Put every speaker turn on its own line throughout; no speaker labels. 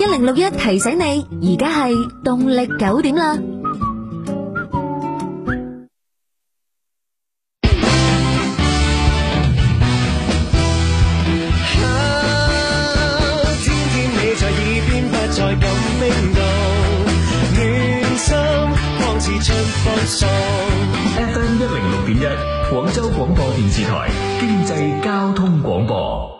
一零六一提醒你，而家係動力九點啦。
啊天天你在耳邊，不再感冰凍，暖心仿似春風送。
FM 一零六點一，廣州廣播電視台經濟交通廣播。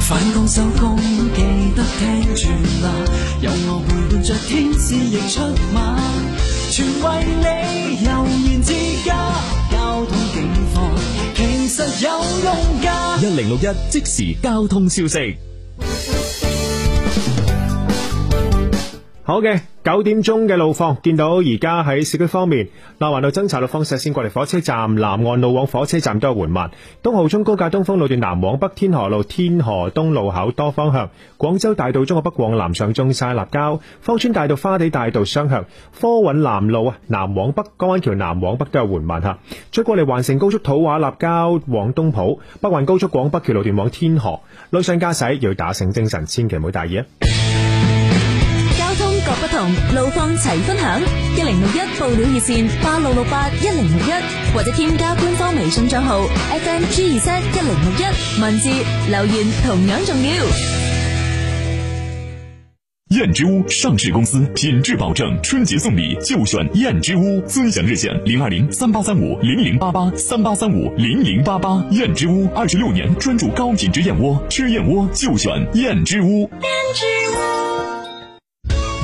返工收工記得聽住啦，有我陪伴着天使亦出馬，全為你悠然自家。交通警況其實有用㗎。
一零六一即時交通消息。
好嘅，九點鐘嘅路況，見到而家喺市區方面，內環道增槎路況石線過嚟火車站，南岸路往火車站都係緩慢。東濠涌高架東風路段南往北天河路天河東路口多方向，廣州大道中嘅北往南上中山立交，芳村大道花地大道雙向，科韻南路啊南往北，江灣橋南往北都係緩慢吓。再過嚟環城高速土畫立交往東圃，北環高速廣北橋路段往天河，路上駕駛要打醒精神，千祈唔好大意啊！
交通各不同，路況齊分享。一零六一報料熱線八六六八一零六一，或者添加官方微信賬號 FMG 二七一零六一，文字留言同樣重要。
燕之屋上市公司，品质保证，春节送礼就选燕之屋，尊享热线零二零三八三五零零八八三八三五零零八八。燕之屋二十六年专注高品质燕窝，吃燕窝就选燕之屋。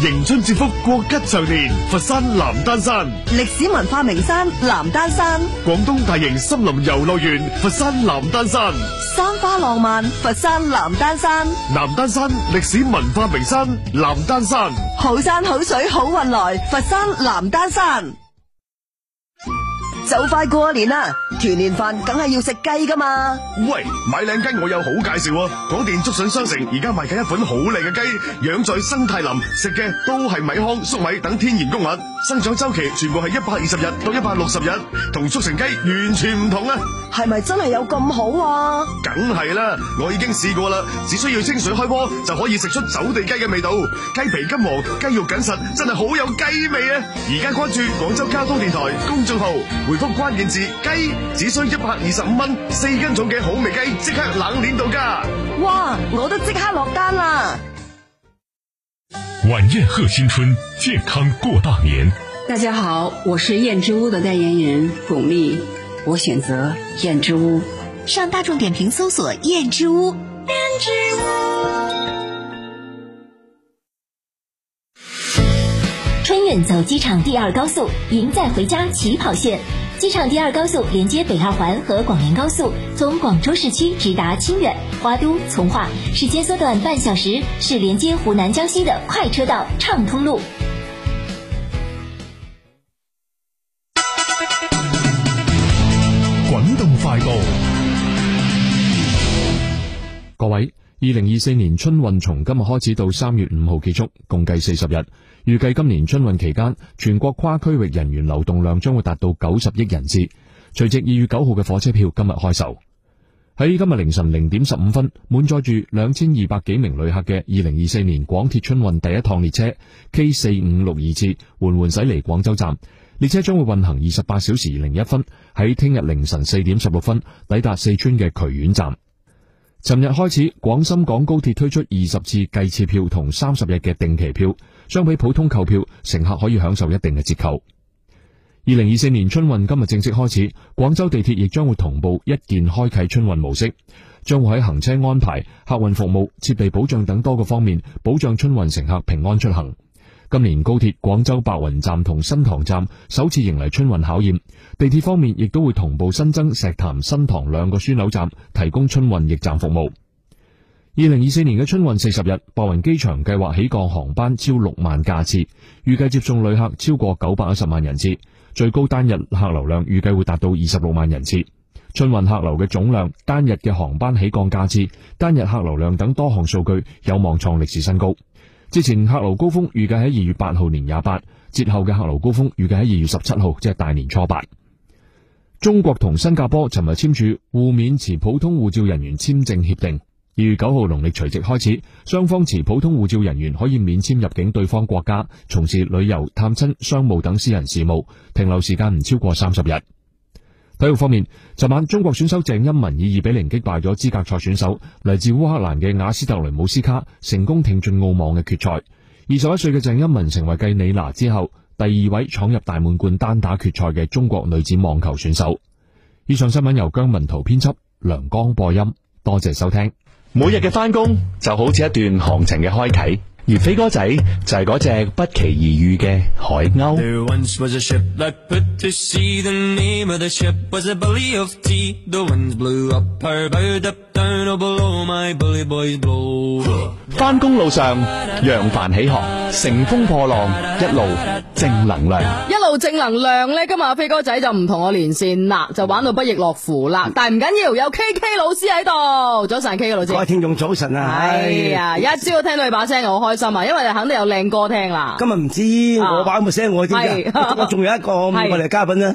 迎春接福，國吉祥年，佛山南丹山，
歷史文化名山南丹山，
廣東大型森林遊樂園，佛山南丹山，
山花浪漫，佛山南丹山，
南丹山歷史文化名山南丹山，
好山好水好運來，佛山南丹山。就快過年啦，團年飯梗係要食雞噶嘛，
喂，買靚雞我有好介紹啊！廣電竹筍商城而家賣緊一款好靚嘅雞，養在生態林，食嘅都係米糠、粟米等天然谷物，生長周期全部係一百二十日到一百六十日，同速成雞完全唔同啊！
係咪真係有咁好啊？
梗係啦，我已經試過啦，只需要清水開鍋就可以食出走地雞嘅味道，雞皮金黃，雞肉緊實，真係好有雞味啊！而家關注廣州交通電台公眾號，回覆關鍵字雞，只需一百二十五蚊，四斤重嘅好味雞即刻冷鏈到家。
哇，我都即刻落單啦！
晚宴贺新春，健康过大年。
大家好，我是燕之屋的代言人巩俐，我选择燕之屋。
上大众点评搜索“燕之屋”。
春运走机场第二高速，赢在回家起跑线。机场第二高速连接北二环和广延高速，从广州市区直达清远、花都、从化，时间缩短半小时，是连接湖南江西的快车道畅通路。
滾動快報，各位，二零二四年春運從今日開始到三月五號結束，共計四十日。預計今年春運期間，全國跨區域人員流動量將會達到九十億人次。隨即二月九號嘅火車票今日開售。喺今日凌晨零點十五分，滿載住兩千二百幾名旅客嘅二零二四年廣鐵春運第一趟列車 K 四五六二次緩緩駛離廣州站。列車將會運行二十八小時零一分，喺聽日凌晨四點十六分抵達四川嘅渠縣站。尋日開始，廣深港高鐵推出二十次計次票同三十日嘅定期票，相比普通購票，乘客可以享受一定嘅折扣。二零二四年春運今日正式開始，廣州地鐵亦將會同步一鍵開啟春運模式，將會喺行車安排、客運服務、設備保障等多個方面保障春運乘客平安出行。今年高鐵廣州白雲站同新塘站首次迎嚟春運考驗，地鐵方面亦都會同步新增石潭、新塘兩個樞紐站，提供春運驛站服務。二零二四年嘅春運四十日，白雲機場計劃起降航班超六萬架次，預計接送旅客超過九百一十萬人次，最高單日客流量預計會達到二十六萬人次。春運客流嘅總量、單日嘅航班起降架次、單日客流量等多項數據有望創歷史新高。之前客流高峰預計喺二月八號年廿八，節後嘅客流高峰預計喺二月十七號，即係大年初八。中國同新加坡尋日簽署互免持普通護照人員簽證協定。二月九號農曆除夕開始，雙方持普通護照人員可以免簽入境對方國家，從事旅遊、探親、商務等私人事務，停留時間唔超過三十日。體育方面，昨晚中國選手鄭欽文以二比零擊敗咗資格賽選手嚟自烏克蘭嘅雅斯特雷姆斯卡，成功挺進澳網嘅決賽。二十一歲嘅鄭欽文成為繼李娜之後第二位闖入大滿貫單打決賽嘅中國女子網球選手。以上新聞由姜文圖編輯，梁江播音，多謝收聽。
每日嘅返工就好似一段行程嘅開啟，而飛哥仔就係嗰隻不期而遇嘅海鷗。
There once was a ship that put to sea. The name of the ship was a belly of tea. The winds blew up her bow, up down, oh below my bully boys blow.
返工路上揚帆起航，乘風破浪，一路正能量。
一路正能量呢，今日阿飛哥仔就唔同我連線啦，就玩到不亦樂乎
嗯
啦。但係唔緊要，有 K K 老師喺度。早晨，K K 老師。
各位聽眾早晨啊！
哎呀，一朝聽到你把聲，我好開心啊，因為你肯定有靚歌聽啦。
今日唔知我把咁嘅聲，我知
啊 係
我仲有一個我哋嘅嘉賓咧，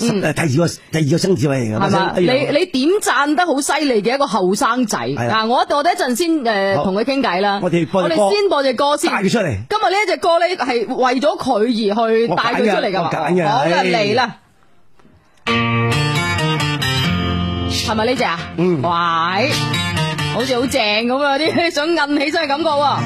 嗯
誒第二個第二個生字嚟嘅，
係嘛？
哎
你
呀
你點讚得好犀利嘅一個後生仔
係
啊！我我哋一陣先誒
好
同佢傾偈啦。
我哋播
我
隻
哋
歌
先播隻歌先，
帶佢出嚟
今日呢一隻歌咧係為咗佢而去
我揀
帶佢出嚟㗎
嘅
嘛
我揀嘅
好啦，
唉
嚟啦！係咪呢只啊？嗯，喂，好似好正咁啊！啲 想摁起身嘅感覺喎。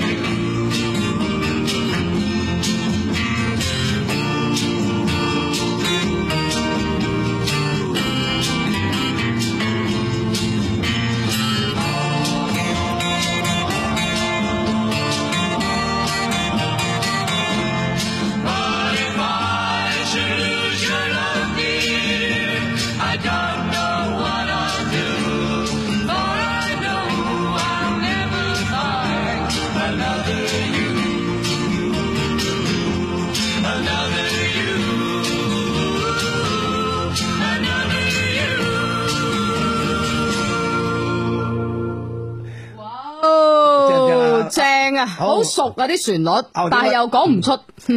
But if I should lose your love, dear, I don't know what I'll do. For I know I'll never find another you, another you, another
哦，正啊，
好
好熟啊啲旋律，
我
但係又講唔出。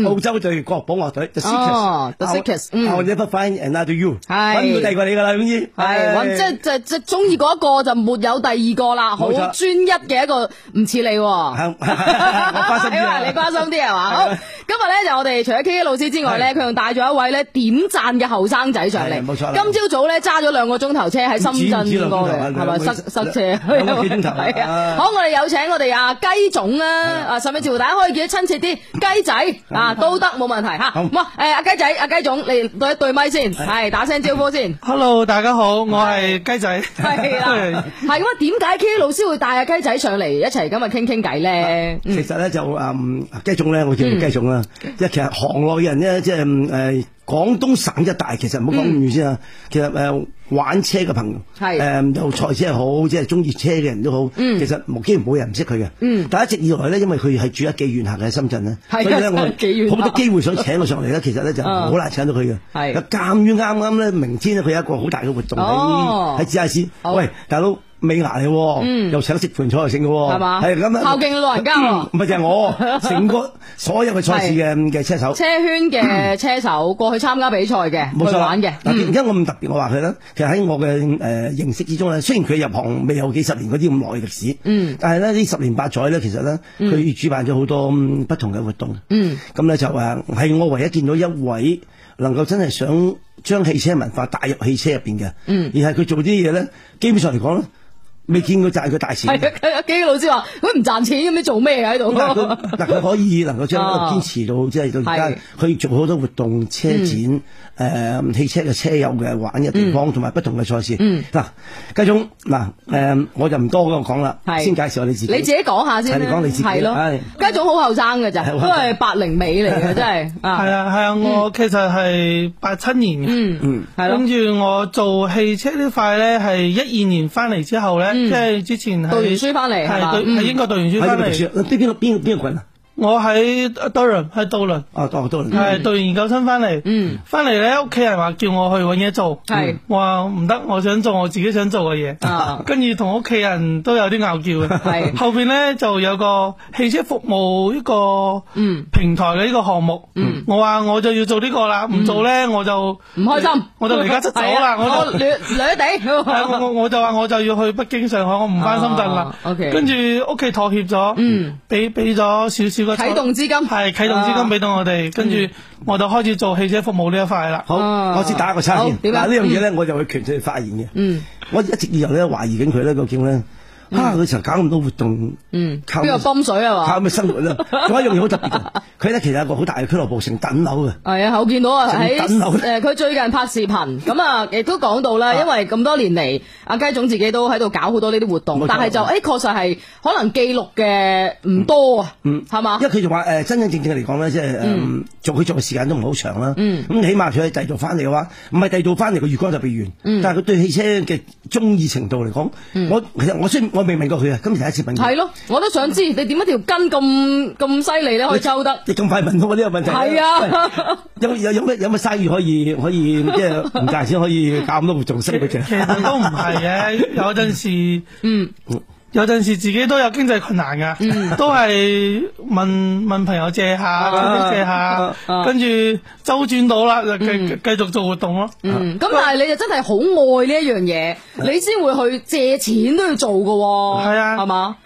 澳洲隊國寶樂隊 The Seekers，
哦，The Seekers，嗯
I'll never find another you，
係
揾唔到第二個你㗎啦，總之
係
唉
揾即係即係中意嗰一個就沒有第二個啦，好
冇錯
專一嘅一個，唔似你喎。
關心啲啊
因 為你關心啲係嘛？好，今日咧就我哋除咗 K K 老師之外咧，
係
佢仲帶咗一位咧點讚嘅後生仔上嚟。
係冇錯啦
今朝早咧揸咗兩個鐘頭車喺深
唔止唔止
圳
兩
過
個鐘頭啊
嚟，係咪
兩個
塞塞車？
兩個幾鐘頭啊
係啊
啊！
好，我哋有請我哋阿雞總啦，啊，甚至乎大家可以叫佢親切啲，雞仔啊都得冇問題嚇。哇！誒，阿雞仔，阿雞總，你對一對咪先，係打聲招呼先。
Hello，大家好，我係雞仔。
係 啦，係咁啊？點解 K 老師會帶阿雞仔上嚟一齊今日傾傾偈咧？
嗯
嗯
其實咧就誒雞總咧，我叫佢雞總啦。即係其實行內人咧，即係誒廣東省一帶，其實唔好講咁遠先啊。其實誒、呃玩車嘅朋友，
嗯係
誒有賽車好，即係中意車嘅人都好，
嗯
其實無機冇人唔識佢嘅。
嗯
但一直以來咧，因為佢係住得幾遠下嘅喺深圳咧，
係啊
所以咧我
真係幾遠下
好多機會想請佢上嚟咧，其實咧 就
嗯
好難請到佢嘅。
係
鑑於啱啱咧，明天咧佢有一個好大嘅活動
哦
喺喺紫亞斯。喂，大佬美牙嚟
嗯
喎，又請食盤菜又剩嘅喎，
係嘛
係咁啊，嗯
孝敬老人家喎
唔係就係 我，成個所有嘅賽事嘅嘅車手
车。圈嘅车手過去參加比賽嘅，
冇
去
錯啦
玩嘅，嗯
嗱，點解我咁特別？我話佢咧，其實喺我嘅誒、呃、認識之中咧，雖然佢入行未有幾十年嗰啲咁耐嘅歷史，
嗯
但係咧呢十年八載咧，其實咧佢主辦咗好多嗯不同嘅活動，
嗯，
咁咧就誒係我唯一見到一位能夠真係想將汽車文化帶入汽車入邊嘅，
嗯
而係佢做啲嘢咧，基本上嚟講咧，未見過賺佢大錢。
係啊，有幾個老師話佢唔賺錢咁你做咩啊喺度？
咁但係佢，但係佢可以能夠將
啊
堅持到即係到而家，佢做好多活動、車展、誒、汽車嘅車友嘅玩嘅地方，同埋不同嘅賽事。
嗯
嗱，雞總嗱誒，我就唔多咁講啦，
係
先介紹下你自己。
你自己講下先
係
啦，
你講你自己
係咯
唉，
家總好後生嘅咋，
係
都
好後生
係八零尾嚟嘅，真 係
係啊係啊，我其實係八七年嘅，
嗯係咯
跟住我做汽車呢塊咧，係一二年翻嚟之後咧，即係之前係
嗯讀完書返嚟係
係
嘛
對
嗯
喺英國讀完書
喺
翻
邊度讀書邊
嚟，
邊個邊個邊個群啊？
我喺 Durham 喺杜倫，
啊，多多倫。
嗯
係讀完研究生翻嚟，嗯，翻嚟咧屋企人話叫我去揾嘢做，
係
我話唔得，我想做我自己想做嘅
啊
嘢，跟住同屋企人都有啲拗撬嘅，
係
後邊咧就有個汽車服務一個平台嘅呢個項目，
嗯
我話我就要做呢個啦，唔做咧我就
唔開心，
我就離家出走
係
啦，
啊我
我就
掠掠地，
係我我我就話我就要去北京、上海，我唔翻深圳啦
啊。，OK
跟住屋企妥協咗，嗯，俾俾咗少少嘅
啟動資金
係啟動資
啊
金俾到我哋，跟住我就開始做汽車服務呢一塊啦。
嗯好，
啊
我先打一個叉
好
先。嗱
點啊
呢樣嘢咧，我就會權出去發言嘅。
嗯，
我一直以來咧懷疑緊佢咧，究竟咧啊佢成日搞咁多活動，
嗯，
靠
邊個泵水啊嘛
靠咩生活 咧？仲有一樣嘢好特別嘅，佢咧其實有一個好大嘅俱樂部，成等樓嘅。
係啊，我見到啊，
仲
喺
等樓
誒佢最近拍視 頻，咁啊亦都講到啦，因為咁多年嚟，阿雞總自己都喺度搞好多呢啲活動，
冇錯
但係就誒確實係可能記錄嘅唔多啊，
嗯，
係嘛
因為佢就話誒真真正正嚟講咧，即係誒
嗯
做佢做嘅時間都唔好長啦。
嗯
咁起碼佢喺第度翻嚟嘅話，唔係第度翻嚟個月光特別遠。
嗯
但係佢對汽車嘅中意程度嚟講，我其實我雖然我未問過佢啊，今日第一次問佢。
係咯，我都想知你點解條筋咁咁犀利咧，可以抽得？
你咁快問到我呢個問題？
係啊，
有有有咩有咩生意可以可以即係唔賺錢可以搞咁多活動生活
其實
嘅？
都唔 係嘅，有陣時，
嗯，
有陣時自己都有經濟困難噶，都係問問朋友借下，
啊
借下
啊啊，
跟住周轉到啦，就繼繼續做活動咯。
嗯，咁但係你就真係好愛呢一樣嘢，你先會去借錢都要做噶喎，
係啊
係嘛，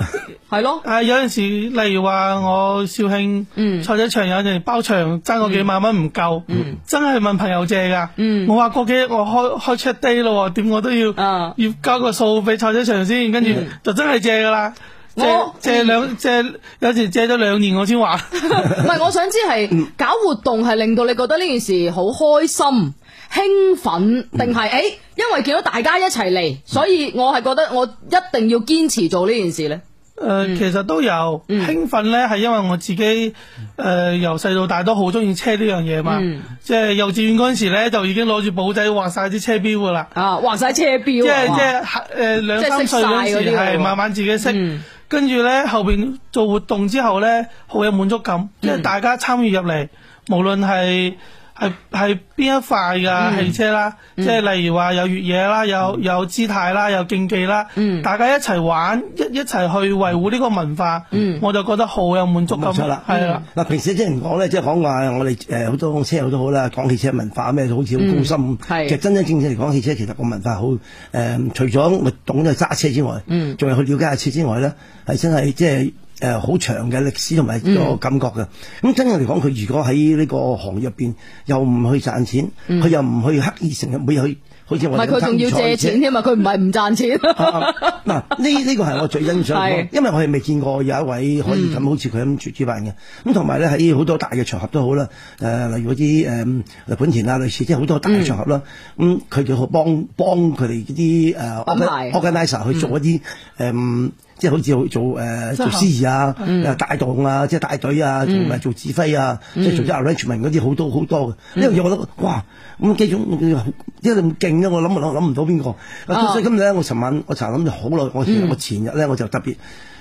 係咯，
啊，有陣時，例如話我肇慶
嗯
賽車場有陣時包場爭嗰幾萬蚊唔夠，真係問朋友借㗎。
嗯
我話過幾日我開開 check day 咯喎，點我都要
啊
要交個數俾賽車場先，跟住就真係借㗎啦。借
嗯我嗯
借兩借有時借咗兩年我先 還。
唔係，我想知係搞活動係令到你覺得呢件事好開心、興奮，定係誒？因為見到大家一齊嚟，所以我係覺得我一定要堅持做呢件事呢。
誒、呃
嗯
其實都有、興奮咧，係因為我自己誒、呃由細到大都好中意車呢樣嘢嘛，
嗯
即係幼稚園嗰陣時咧就已經攞住簿仔畫晒啲車標噶啦，
啊，畫晒車標
即係
啊
即係誒兩
即係識
三歲嗰陣
晒嗰
時
啲喎
係慢慢自己識，跟住咧後邊做活動之後咧好有滿足感，即係大家參與入嚟，無論係。係係邊一塊㗎汽車啦，即係例如話有越野啦，有有姿態啦，有競技啦，大家一齊玩，一一齊去維護呢個文化，我就覺得嗯好有滿足感，
冇錯啦，
係啦。。嗯
嗱，平時啲人講咧，即係講話我哋誒好多車友都好啦，講汽車文化咩，好似好高深。
嗯係
其實真真正正嚟講，汽車其實個文化好誒，除咗我懂得揸車之外，
嗯
仲有去了解下車之外咧，係真係即係。誒好長嘅歷史同
嗯
埋個感覺嘅，咁、真正嚟講，佢如果喺呢個行業入邊又唔去賺錢，佢、又唔去刻意成日每日去，好似
嗯唔
我
係
哋
佢仲要借錢添啊！佢唔係唔賺錢，
嗱， 呢呢個係我最欣賞嘅地
係
方，因為我係未見過有一位可
嗯
以咁好似佢咁主主辦嘅。咁同埋咧喺好多大嘅場合都好啦，誒、例如嗰啲誒日本田啊，類似即係好多大
嗯
嘅場合啦。咁佢哋好幫幫佢哋嗰啲誒
品牌
嗯
organizer 去做一啲誒即係好似做誒
即係
做司儀啊、
嗯
誒帶動啊、即係帶隊啊，
嗯
同埋做指揮啊，
嗯
即係做啲 arrangement 嗰啲好多好多嘅。呢樣嘢我覺得哇，咁幾種即係咁勁啊咧，我諗諗諗唔到邊個。
哦
所以今日咧，我尋晚我查諗咗好耐，我
嗯
我前日咧我就特別。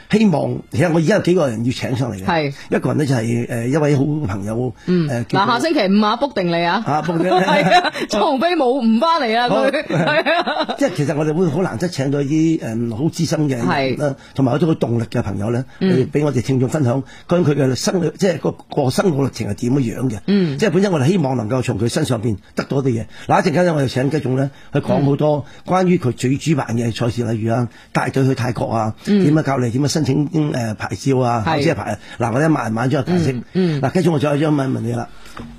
希望其實我而家有幾個人要請上嚟嘅
係，嗯
一個人咧就係誒一位好朋友，誒叫做
嗱，下星期五啊，book 定你啊，
啊，book 定
系啊，張鸿飛冇唔翻嚟啊，佢係啊
即係其實我哋會好難得請到啲誒好資深嘅人啦，同埋好多好動力嘅朋友咧，
嗯
嚟俾我哋聽眾分享究竟佢嘅生活即係個過生活歷程係點樣嘅。嗯，即係本身我哋希望能夠從佢身上邊得到一啲嘢。嗱，一陣間咧，我哋請雞總咧去講好多
嗯
關於佢最主辦嘅賽事，例如啊帶隊去泰國啊，
嗯
點樣教你點樣申請誒牌照啊，
係
考車牌啊。嗱，我哋一晚晚將佢解釋。
嗯嗯
嗱，雞總我再有一張問問你啦，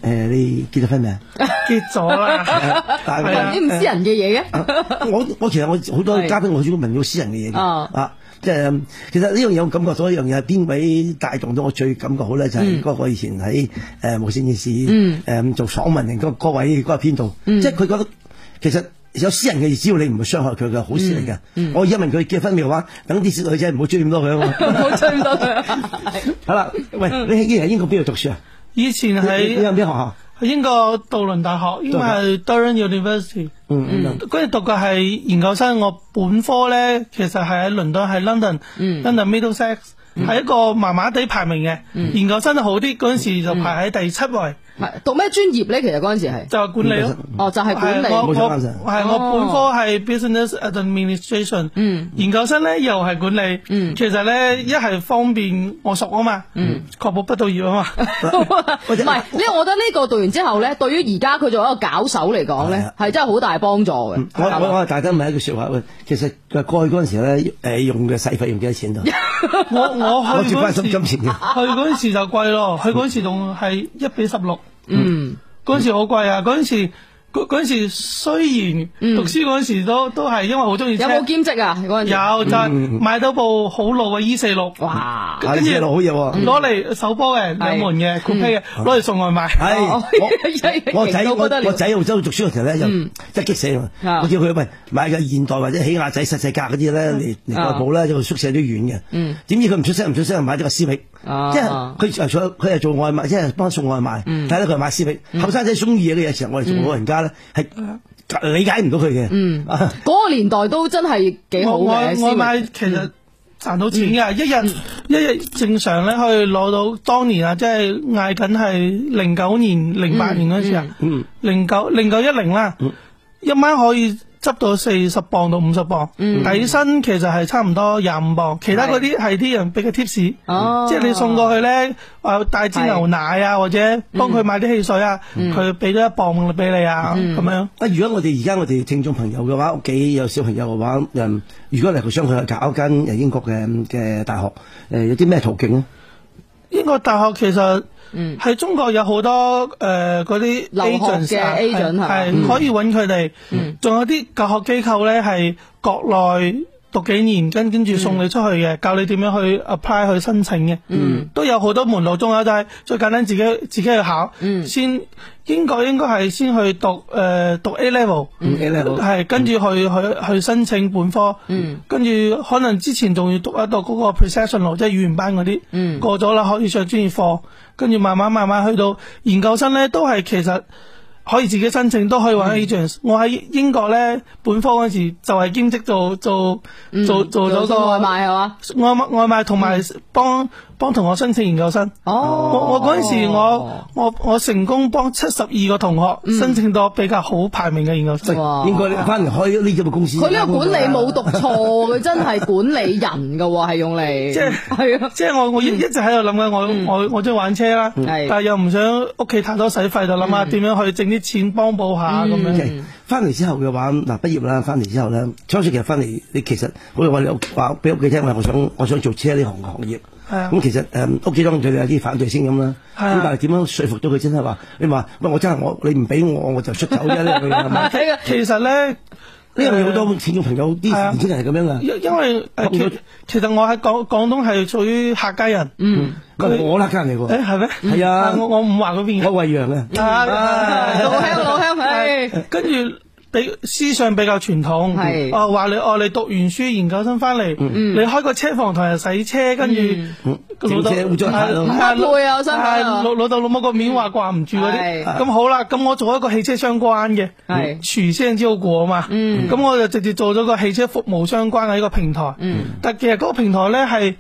誒你結咗婚未啊？
結咗 啦，
但
係啊
你唔知人嘅嘢嘅，
我我其實我好多
係
嘉賓，我專門問到私人嘅嘢嘅
哦
啊。即係其實呢樣嘢我感覺到一樣嘢，邊位帶動到我最感覺好咧，就係
嗯
嗰個以前喺誒無線電視
嗯
誒做訪問人嗰嗰位嗰個編導，即係佢覺得其實有私人嘅嘢，只要你唔會傷害佢嘅，好事嚟嘅。我而家問佢結婚未嘅話，等啲女仔唔好追咁多佢啊嘛。
冇追到佢啊，
好啦，喂，你喺英國邊度讀書啊？
以前
你你有
喺
邊學校？
英國杜倫大學，英文係 Durham University。
嗯嗯
嗰陣讀嘅係研究生，我本科咧其實係喺倫敦，係
嗯
London，London Middlesex，係一個麻麻地排名嘅。
嗯
研究生就好啲，嗰陣時就排喺第七位。
係讀咩專業咧？其實嗰陣時係
就係管理咯，
哦就係管理
係我
哦
我
冇錯啱晒
係我本科係 business administration，研
嗯
究生咧又係管理，其實咧一係方便我熟啊嘛，
嗯
確保不到業啊嘛，
唔係呢？我覺得呢個讀完之後咧，對於而家佢作為一個搞手嚟講咧，係啊嗯真係好大幫助嘅。
嗯我我我大家問一句説話，喂，其實過去嗰陣時咧，誒用嘅使費用幾多錢度？ 啊
我我
我
去
最
嗰
關
陣時
心金錢嘅。
去嗰陣時就貴 咯，去嗰陣時仲係一比十六，
嗯，
嗰陣時好貴啊，嗰陣時。嗰嗰陣時雖然讀書嗰陣時都都係因為好中意車，
嗯有冇兼職啊？嗰陣時
有就係
嗯
買到部好老嘅 E 四六，
哇嗯
跟住
係 E46 E 好嘢喎
攞嚟手波嘅
係
兩門嘅 coupe 嘅，攞嚟送外賣。
哦
係哎 我 我仔我我仔澳洲讀書嗰時咧，又
嗯
真係激死我！
啊
我叫佢喂買個現代或者起亞仔實際價嗰啲咧嚟嚟
啊
代步咧，因為宿舍都遠嘅。
嗯
點知佢唔出聲唔出聲，買咗個思域，
啊
即係佢係做佢係做外賣，即係幫送外賣。
嗯嗯
但係咧佢買思域，後生仔中意嘅嘢，其實我哋做老人家咧係理解唔到佢嘅。啊
嗯，嗰個年代都真係幾好
我我
嘅。
我買其
嗯
實賺到錢㗎，一日一日正常咧可以攞到當年啊，即係嗌緊係零九年、零八年嗰時啊，
嗯
零九零九一零啦，
嗯
一晚可以。執到四十磅到五十磅，
嗯
底薪其實係差唔多廿五磅，其他嗰啲係啲人俾嘅 tips，
哦
即係你送過去咧，誒帶支牛奶啊，或者幫佢買啲汽水啊，
嗯
佢俾咗一磅俾你啊，咁樣。
啊！如果我哋而家我哋聽眾朋友嘅話，屋企有小朋友嘅話，嗯，如果你佢想佢去搞一間誒英國嘅嗯嘅大學，誒、有啲咩途徑咧？
英國大學其實喺中國有好多誒嗰啲
嗯
啊
留學嘅 agent 係嘛嗯
係可以揾佢哋，仲有啲教學機構咧係國內讀幾年，跟跟住送你出去嘅，
嗯
教你點樣去 apply 去申請嘅，都有好多門路。仲有就係最簡單自己自己去考，
嗯
先英國應該係先去讀誒讀 A level，
嗯，A level
係跟住去去去申請本科，
嗯
跟住可能之前仲要讀一讀嗰個 professional，即係語言班嗰啲，
嗯
過咗啦可以上專業課，跟住慢慢慢慢去到研究生咧，都係其實可以自己申請，都可以揾 agents。我
嗯
喺英國咧本科嗰陣時就係兼職做做做做咗
送
個
嗯外賣係嘛？嗯
外賣外賣同埋幫幫同學申請研究生。
哦，
我我嗰陣時我我我成功幫七十二個同學
嗯
申請到比較好排名嘅研究生。
應該你翻嚟開呢咁嘅公司。
佢呢個管理冇讀錯，佢真係管理人㗎喎，係用嚟
即係
係啊，
即係我我一一直喺度諗緊，我我我中意玩車啦，
嗯
但係又唔想屋企太多使費，就諗下點樣去整啲錢幫補下啊
嗯
咁樣。
嗯翻嚟之後嘅話，嗱畢業啦，翻嚟之後咧，初初其實翻嚟，你其實好似我哋屋話俾屋企聽，我想我想做車呢行嘅行業。
係啊
咁其實誒屋企當然對你有啲反對先咁啦。
係啊
咁但係點樣說服到佢真係話？你話喂，我真係我你唔俾我，我就出走啫呢樣嘢係 咪。
啊其實呃咧，
呢樣嘢好多聽眾朋友啲
嗯
年輕人係咁樣噶。
因因為誒其其實我喺廣廣東係屬於客家人，嗯，
喂我啦家人嚟
誒
喎。
係咩？
係啊
我我五華嗰邊嘅。
我惠陽嘅。
啊，
老鄉老鄉，唉。
跟住比思想比較傳統，
係
哦話你哦你讀完書研究生翻嚟，
嗯
你開個車房同人洗車，跟住個老豆
整車污糟邋遢咯
係
唔得配啊相反啊
係老老豆老母個面話掛唔住嗰
係
啲，咁好啦，咁我做一個汽車相關嘅，
係
廚師先好過嘛，
嗯
咁我就直接做咗個汽車服務相關嘅一個平台，
嗯
但其實嗰個平台咧係。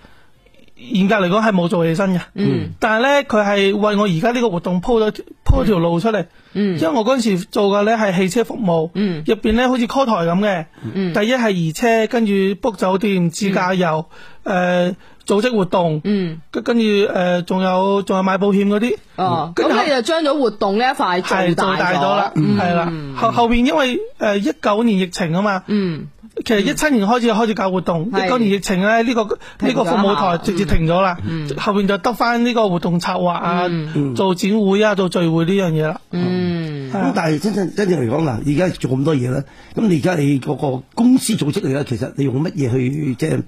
嚴格嚟講係冇做起身嘅，
嗯
但係咧佢係為我而家呢個活動鋪咗鋪咗條路出嚟，
嗯
因為我嗰陣時做嘅咧係汽車服務，入邊咧好似 call 台咁嘅，
嗯
第一係移車，跟住 book 酒店、自駕遊，誒、組織活動，
嗯
跟跟住誒仲有仲有買保險嗰啲，
哦，
跟住
咁你就將咗活動呢一塊
係做大咗啦，
嗯
係啦，後後邊因為誒一九年疫情啊嘛，
嗯。
其實一七年開始開始搞活動，
係
一九年疫情咧呢、個呢、個服務
嗯
台直接停咗啦，後邊就得翻呢個活動策劃啊、做展會啊、做聚會呢樣嘢啦。
嗯，
咁但係真真真正嚟講嗱，而家做咁多嘢咧，咁你而家你嗰個公司組織嚟咧，其實你用乜嘢去即係？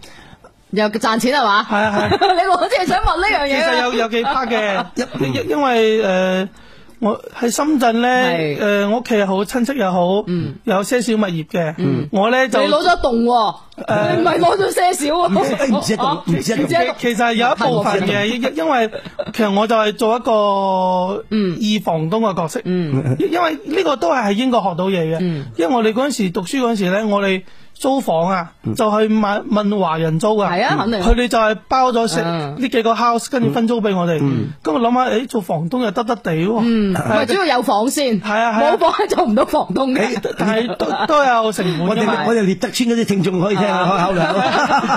又賺錢係嘛？係
啊係
你我好似係想問呢樣嘢
其
啊。
實有有幾 part 嘅， 因因因為誒、呃我喺深圳咧，誒、我屋企又好，親戚又好，有些少物業嘅，我咧就
嗯你攞咗棟
誒
喎，呃你唔係攞咗些少喎。啊唔止一棟
其其實有一部分嘅，因因因為其實我就係做一個二房東嘅角色，
嗯
因因為呢個都係喺英國學到嘢嘅，因為我哋嗰陣時讀書嗰陣時咧，我哋租房啊，
嗯
就去問問華人租噶，
係啊肯定
佢哋就係包咗食
嗯
呢幾個 house，跟住分租俾我哋，咁我諗下，誒做房東又得得地喎，
嗯，唔係主要有房先，係
啊係啊
冇房係做唔到房東嘅。
但係都都有成本
我
㗎
哋
嘛啊
我哋獵德村嗰啲聽眾可以聽啊下，可以考慮啊下。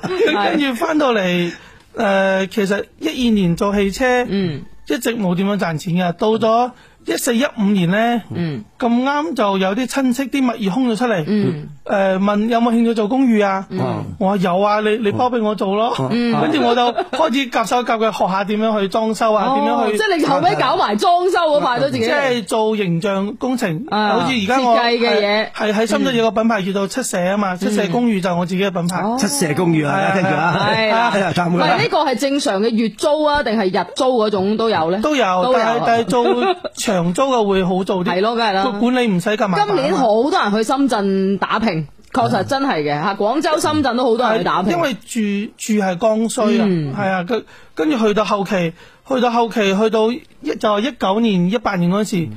跟住翻到嚟，誒、其實一二年做汽車，
嗯
一直冇點樣賺錢嘅。到咗一四一五年呢，
嗯
咁啱、就有啲親戚啲物業空咗出嚟，誒、
嗯
問有冇興趣做公寓啊？
嗯
我話有啊，你你包俾我做咯。
嗯
跟住我就開始夾手夾腳學下點樣去裝修啊，點、
哦
樣去
即係你後尾搞埋裝修嗰塊都自己嚟
即係做形象工程，
啊
好似而家
設
我
計嘅嘢嗯
係喺深圳有個品牌叫做七舍啊嘛，七舍公寓就係我自己嘅品牌。
七舍公寓啊大家聽住啊
哦係啊，
哎呀
唔係呢個係正常嘅月租啊，定係日租嗰種都有咧？
都有，
都
但係
有。啊
但係做長租嘅會好做啲。係
咯，梗係啦
個管理唔使咁麻煩啊嘛。
今年好多人去深圳打拼，確實真係嘅嚇，廣州、深圳都好多人去打拼。
因為住住係剛需啊，
嗯
係啊，跟跟住去到後期，去到後期，去到一就係一九年、一八年嗰陣時，
嗯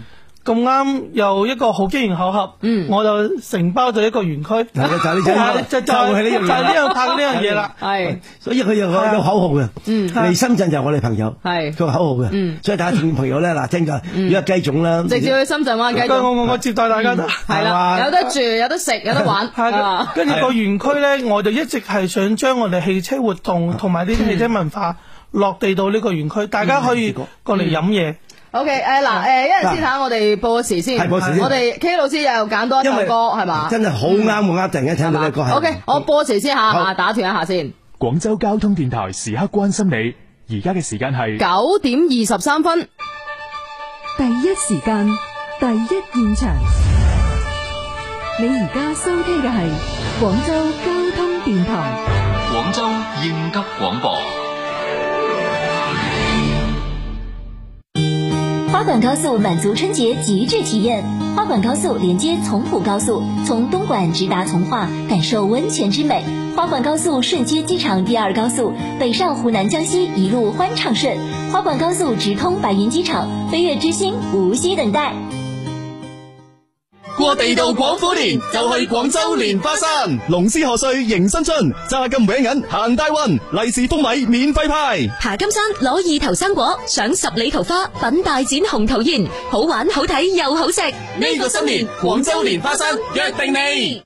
咁啱又一個好機緣巧合，
嗯
我就承包咗一個園區，
係啊就係呢種啊
係 就
就係呢樣嘢
就係呢樣拍呢樣嘢啦，
係
所以佢有個有口號嘅，
嗯
啊
嚟深圳就係我哋朋友，
係
佢個口號
嗯
嘅，所以大家聽眾朋友咧，嗱聽咗，如果係雞種啦，
直接去深圳灣繼
我
續。嗯
我我接待大家得
係啦，有得住，有得食，有 得玩，啊係嘛
跟住個園區呢，我就一直係想將我哋汽車活動同埋呢啲汽車文化落地到呢個園區，大家可以
嗯
過嚟飲嘢。
O K，誒
啊
嗱，誒一陣先睇，我哋報個時先。
係報時先
我哋 K 老師又揀多一首
因為
歌，係嘛？
真係好啱我啱，突然間聽到呢個係
O K，我報時先
好
嚇，打斷一下先。
廣州交通電台時刻關心你，而家嘅時間係
九點二十三分，
第一時間，第一現場。你而家收聽嘅係廣州交通電台。
廣州應急廣播，
花莞高速满足春节极致体验。花莞高速连接从普高速，从东莞直达从化，感受温泉之美。花莞高速顺接机场第二高速，北上湖南江西一路欢畅顺。花莞高速直通白云机场，飞跃之星无需等待。
過地道廣府年就去廣州蓮花山，龍獅賀歲迎新春，揸金搲銀行大運，利是封米免費派。
爬金山攞二頭生果，賞十里桃花，品大展紅桃宴，好玩好睇又好食。呢個新年，廣州蓮花山約定你。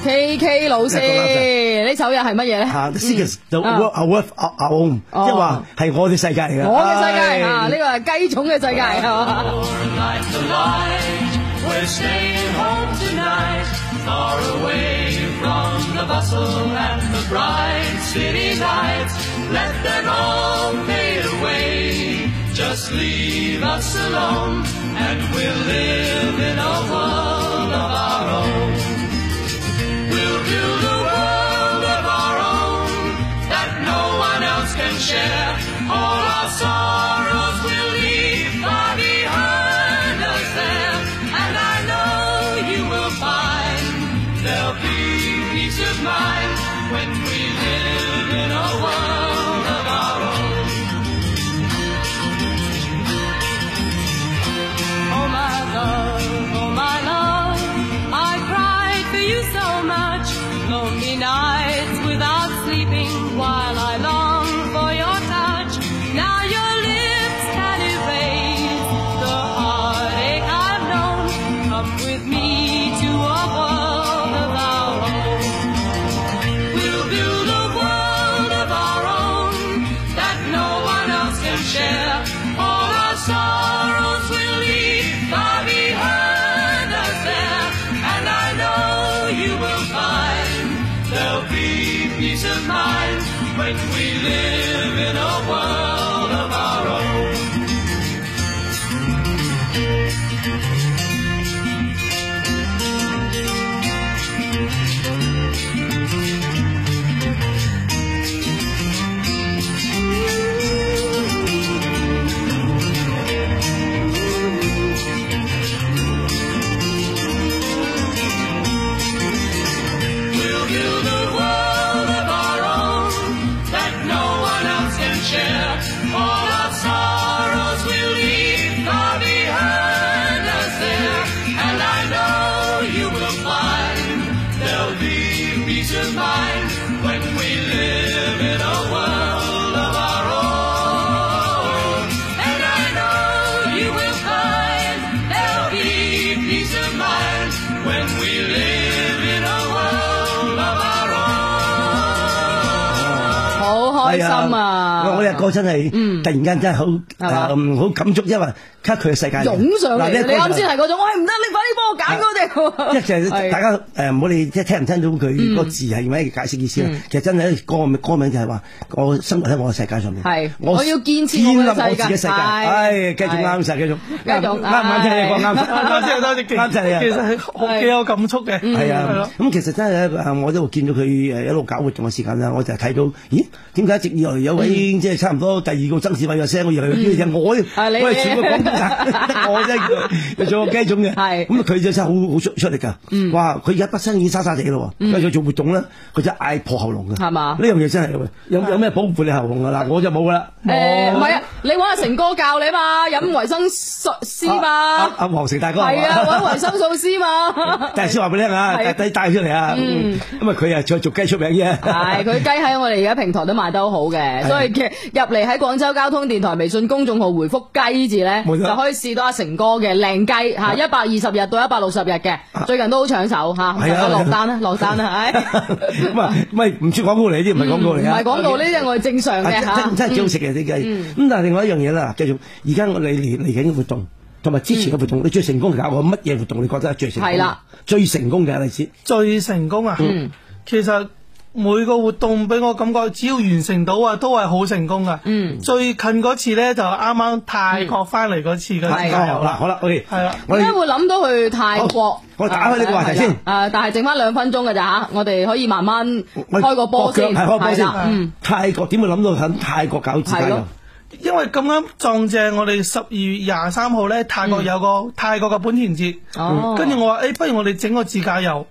K K 老師
一個垃圾
呢首嘢係乜嘢咧？
啊，the seekers 就
啊
work are worth our our own，即
哦
係話係我哋世界嚟嘅，哎
我嘅世界
唉
啊，呢個係雞種嘅世界係嘛？
We're staying home tonight, far away from the bustle and the bright city lights. Let them all fade away. Just leave us alone, and we'll live in a world of our own. We'll build a world of our own that no one else can share. All our sorrows will leave far behind us there.
Oh, Come with me to a world of our own. We'll build a world of our own that no one else can share. All our sorrows will leave far behind us there. And I know you will find there'll be peace of mind when we live in a world of our own. We'll build a world of our own that no one else can share. All our sorrows we'll leave far behind us there. And I know you will find there'll be peace of mind when we live in a world of our own. And I know you will find there'll be peace of mind when we live in a world of our own.
好開心啊嗯
我我呢個歌真係，突然間真係好，啊嗯好感觸，因為卡佢嘅世界嚟
湧上嚟，
嗱呢一
你
個
啱
就
先係嗰種，喂唔得，你快啲幫我揀嗰
因為其
隻。
實大家誒唔好理即係聽唔聽到佢
嗯
個字係咩解釋意思啦
嗯。
其實真係歌名歌名就係話我生活喺我嘅世界上面，
係我要建設
建立
我
我
嘅世
自
界
己世界。
係
唉，繼續
係
啱晒，繼續
繼續
啱啱聽你講啱晒，
多謝多謝，
啱晒你啊！
其實係好幾有感觸嘅，
係
係咯
啊，咁其實真係咧，誒我都見到佢誒一路搞活動嘅時間啦，我就係睇到，咦？點解一直以來有位即係差唔多第二個曾志偉嘅聲，我以為邊隻我咧？
你
我係全個廣東 省，我真係又做個雞種嘅。咁佢就真係好好出出力㗎。哇！佢而家畢生已經沙沙地咯喎，
嗯
佢再做活動咧，佢就嗌破喉嚨㗎。
係嘛
呢樣嘢真係喂有有咩保護你喉嚨㗎嗱，我就冇㗎啦。
誒唔係啊，你揾阿成哥教你嘛，飲維生素 C 嘛
阿，阿黃成大哥
啊係啊，揾維生素 C 嘛。
但係先話俾你聽啊，
係啊
帶帶帶出嚟啊，
嗯
咁啊佢啊再做雞出名啫。
係佢雞喺我哋而家平台都賣得好好嘅，所以嘅入嚟喺廣州交通電台微信公眾號回覆雞字呢，
冇錯啊
就可以試到阿成哥嘅靚雞嚇，一百二十日到一百六十日嘅，最近都好搶手
係
嚇，
啊
大家 落單啦，落單啦，係
咁啊，唔係唔算廣告嚟，呢啲唔係廣告
嗯唔
嚟啊，
係廣告呢啲係我哋正常
啊
嘅嗯
真
嚇，
真真係幾好食嘅啲雞。咁但係另外一樣嘢啦，繼續而家我哋嚟嚟緊嘅活動，同埋之前嘅活
嗯
動，你最成功搞過乜嘢活動？你覺得係最成功？
係啦，
最成功嘅例子。
最成功啊！
嗯
其實每個活動俾我感覺，只要完成到啊，都係好成功噶。嗯，最近嗰次咧就啱啱泰國翻嚟嗰次嘅
係
加油
好啦，好啦，OK，
係啦，
點解會諗到去泰國？
我打開呢個話題先
誒，但係剩翻兩分鐘嘅咋嚇，我哋可以慢慢開個波先，
係開波
係
先
啦，嗯。。
泰國點會諗到喺泰國搞自駕
係
遊
咯？因為咁啱撞正我哋十二月廿三號咧，泰國有個泰國嘅本田節，
哦
跟住我話誒，不如我哋整個自駕遊，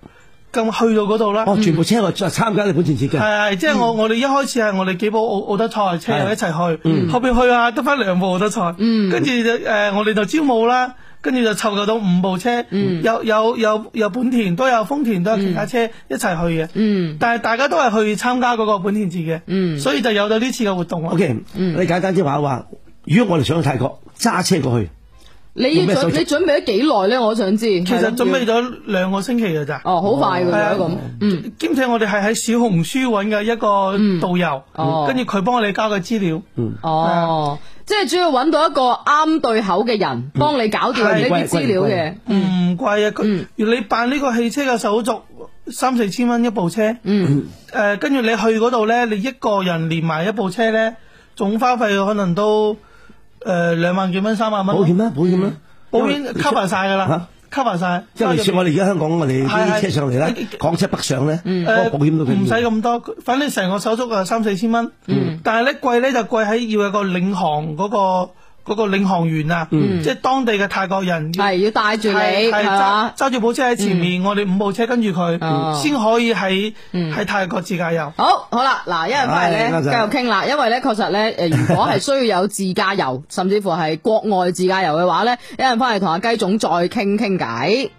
咁去到嗰度啦。
嗯
哦，全部車我參加你本田節嘅。
係係，即係我我哋一開始係我哋幾部奧奧德賽車友一齊
嗯
去，後邊去啊得翻兩部奧德賽，
嗯
跟住就誒我哋就招募啦，跟住就湊夠到五部車，
嗯
有有有有本田，都有豐田，都有其他車一齊去嘅。
嗯
但係大家都係去參加嗰個本田節嘅，所以就有咗呢次嘅活動啦。
OK，你
嗯
簡單啲話話，如果我哋想去泰國揸車過去，
你
用
要
咩手
準
續
你準備咗幾耐咧？我想知。其
其實準備咗兩個星期嘅咋。
哦，好快㗎
係啊
喎咁。嗯，
兼且我哋係喺小紅書揾嘅一個導遊，
哦
跟住佢幫我哋交嘅資料。啊
哦，即係主要揾到一個啱對口嘅人，
嗯
幫你搞掂呢啲資料嘅。嗯
唔貴啊！佢
嗯
如你辦呢個汽車嘅手續，三四千蚊一部車。
嗯，
誒，跟住你去嗰度咧，你一個人連埋一部車咧，總花費可能都誒兩萬幾蚊、三萬蚊。
保險咩？保險咩？
保險 cover 晒㗎啦，cover 晒。
因為似我哋而家香港，我哋啲車上嚟啦
係係，
港車北上咧，
嗯
嗰個
誒
哦保險都緊要
嗯唔使咁多，反正成個手續啊三四千蚊。
嗯
但係咧貴咧就貴喺要有個領航嗰個。嗰個領航員啊，
嗯
即係當地嘅泰國人，
係要帶住你
係係
係嘛嗯
揸揸住部車喺前面，我哋五部車跟住佢
哦，嗯
先可以喺喺泰國自駕遊。
好，好啦，嗱，一人翻嚟
唉
咧，
多謝
繼續傾啦。因為咧，確實咧，誒，如果係需要有自駕遊，甚至乎係國外自駕遊嘅話咧，一人翻嚟同阿雞總再傾傾偈。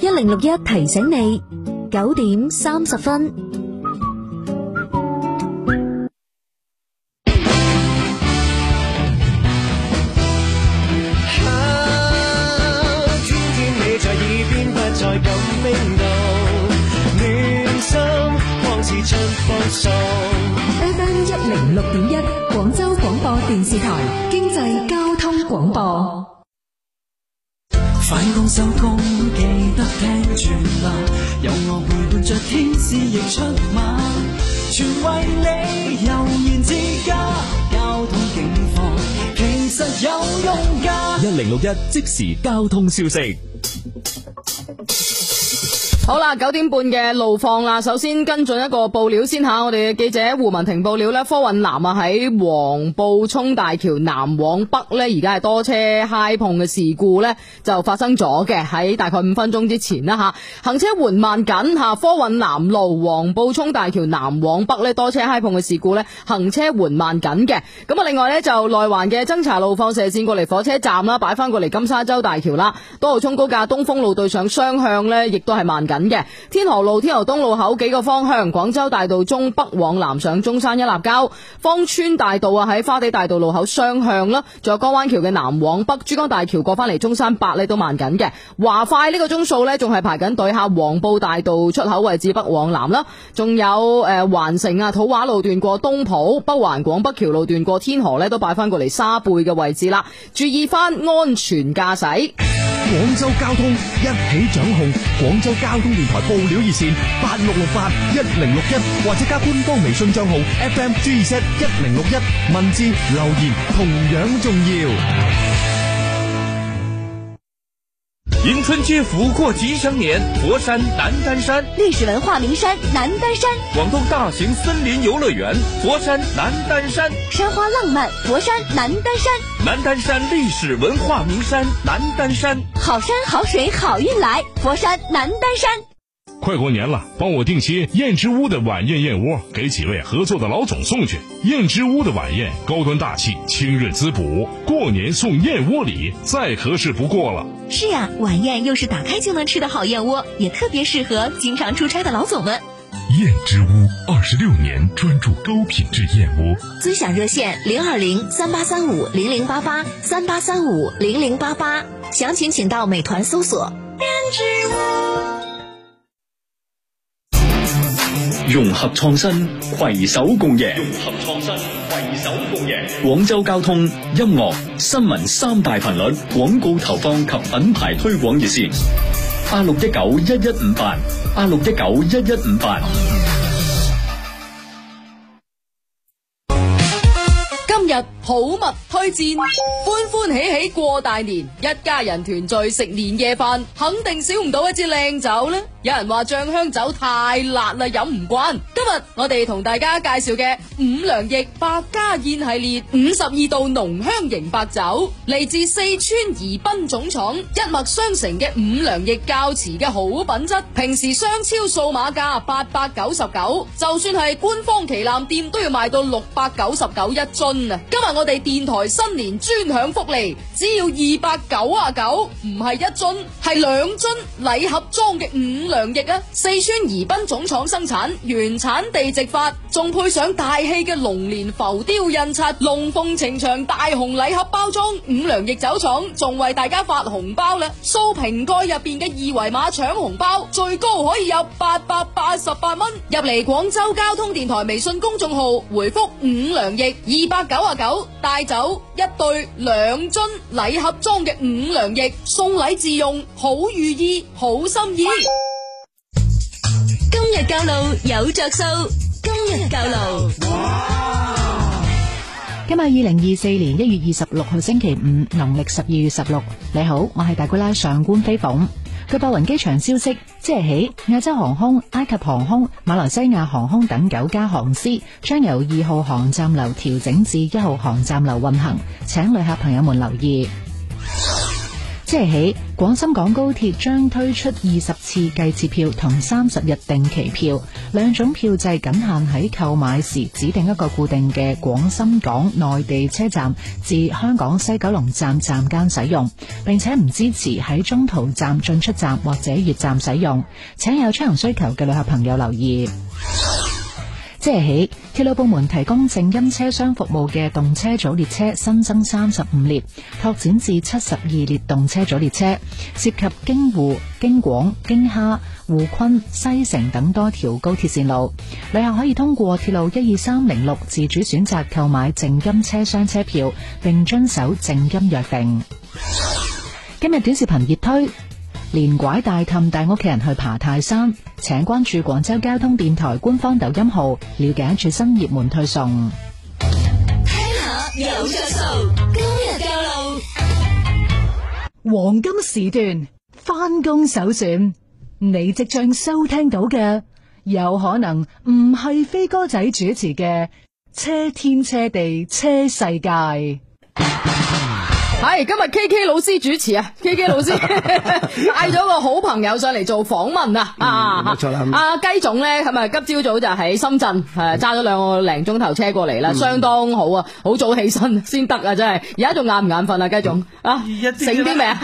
一零六一提醒你九點三十分。
Come so
FM 一零六点一，广州广播电视台经济交通广播。
返工收工記得聽住啦，有我陪伴着天使亦出馬，全為你悠然之家，交通警況其實有用㗎。
一零六一即时交通消息。
好啦，九點半嘅路況啦，首先跟進一個報料先吓，我哋嘅記者胡文婷報料咧，科運南啊喺黃埔涌大橋南往北咧，而家係多車揩碰嘅事故咧就發生咗嘅，喺大概五分鐘之前啦吓，行車緩慢緊吓，科運南路黃埔涌大橋南往北咧多車揩碰嘅事故咧，行車緩慢緊嘅，咁啊另外咧就內環嘅增槎路放射線過嚟火車站啦，擺翻過嚟金沙洲大橋啦，多號涌高架東風路對上雙向咧，亦都係慢緊嘅。天河路、天河東路口幾個方向，廣州大道中北往南上中山一立交，芳村大道啊喺花地大道路口雙向啦，仲有江灣橋嘅南往北，珠江大橋過翻嚟中山八呢都慢緊嘅。華快呢個鐘數呢，仲係排緊隊下黃埔大道出口位置北往南啦，仲有誒、呃、環城啊土華路段過東圃，北環廣北橋路段過天河呢，都擺翻過嚟沙貝嘅位置啦，注意翻安全駕駛。
广州交通一起掌控。广州交通电台报料热线八六六八一零六一，或者加官方微信账号 FM G 二七一零六一，文字留言同样重要。
迎春接福过吉祥年，佛山南丹山，
历史文化名山南丹山，
广东大型森林游乐园，佛山南丹山，
山花浪漫，佛山南丹山，
南丹山历史文化名山南丹山。
好山好水好运来，佛山南丹山。
快过年了，帮我定些燕之屋的晚宴燕窝给几位合作的老总送去。燕之屋的晚宴高端大气，清润滋补，过年送燕窝礼，再合适不过了。
是呀、晚宴又是打开就能吃的好燕窝，也特别适合经常出差的老总们。
燕之屋二十六年专注高品质燕窝。
尊享热线零二零三八三五零零八八三八三五零零八八，详情请到美团搜索“编织
融合创新，携手共赢。
合创新，携手共赢。
广州交通、音乐、新闻三大频率广告投放及品牌推广热线：八六一九一一五八，八六一九一一五八。
今日好物推薦，歡歡喜喜過大年，一家人團聚食年夜飯，肯定少唔到一支靚酒啦。有人話醬香酒太辣啦，飲唔慣。今日我哋同大家介紹嘅五糧液百家宴系列五十二度濃香型白酒，嚟自四川宜賓總廠一脈相承嘅五糧液窖池嘅好品質，平時商超數碼價八百九十九，就算係官方旗艦店都要賣到六百九十九一樽啊！今日我哋電台新年專享福利，只要二百九啊九，唔係一樽，係兩樽禮盒裝嘅五糧液啊！四川宜賓總廠生產，原產地直發，仲配上大氣嘅龍年浮雕印刷，龍鳳呈祥大紅禮盒包裝。五糧液酒廠仲為大家發紅包啦，掃瓶蓋入邊嘅二維碼搶紅包，最高可以有八百八十八蚊。入嚟廣州交通電台微信公眾號回覆五糧液二百九啊九，帶走一對兩樽禮盒裝嘅五糧液，送禮自用，好寓意，好心意。
今日教路有着數，今日教路。
今日二零二四年一月二十六號星期五，農曆十二月十六。你好，我係大姑啦上官飛鳳。據白雲機場消息，即日起，亞洲航空、埃及航空、馬來西亞航空等九家航司將由二號航站樓調整至一號航站樓運行，請旅客朋友們留意。即日起，廣深港高鐵將推出二十次計次票同三十日定期票，兩種票制僅限喺購買時指定一個固定嘅廣深港內地車站至香港西九龍站站間使用，並且唔支持喺中途站、進出站或者越站使用。請有出行需求嘅旅客朋友留意。即日起，鐵路部門提供靜音車廂服務嘅動車組列車新增三十五列，拓展至七十二列動車組列車，涉及京湖、京廣、京蝦、湖昆、西城等多條高鐵線路。旅客可以通過鐵路一二三零六自主選擇購買靜音車廂車票，並遵守靜音約定。今日短視頻熱推。連拐帶氹帶屋企人去爬泰山，請關注廣州交通電台官方抖音號，了解最新熱門推送。
有着數，今日教路。
黃金時段翻工首選，你即將收聽到嘅有可能唔係飛哥仔主持嘅《車天車地車世界》。
系今日 K K 老師主持啊，K K 老師帶咗個好朋友上嚟做訪問啊，啊，
冇錯啦
阿雞總咧咁啊，今朝早就喺深圳诶揸咗兩個零鐘頭車過嚟啦，
嗯
相當好啊，好早起身先得啊，真係，而家仲眼唔眼瞓啊，雞總啊，醒啲未啊？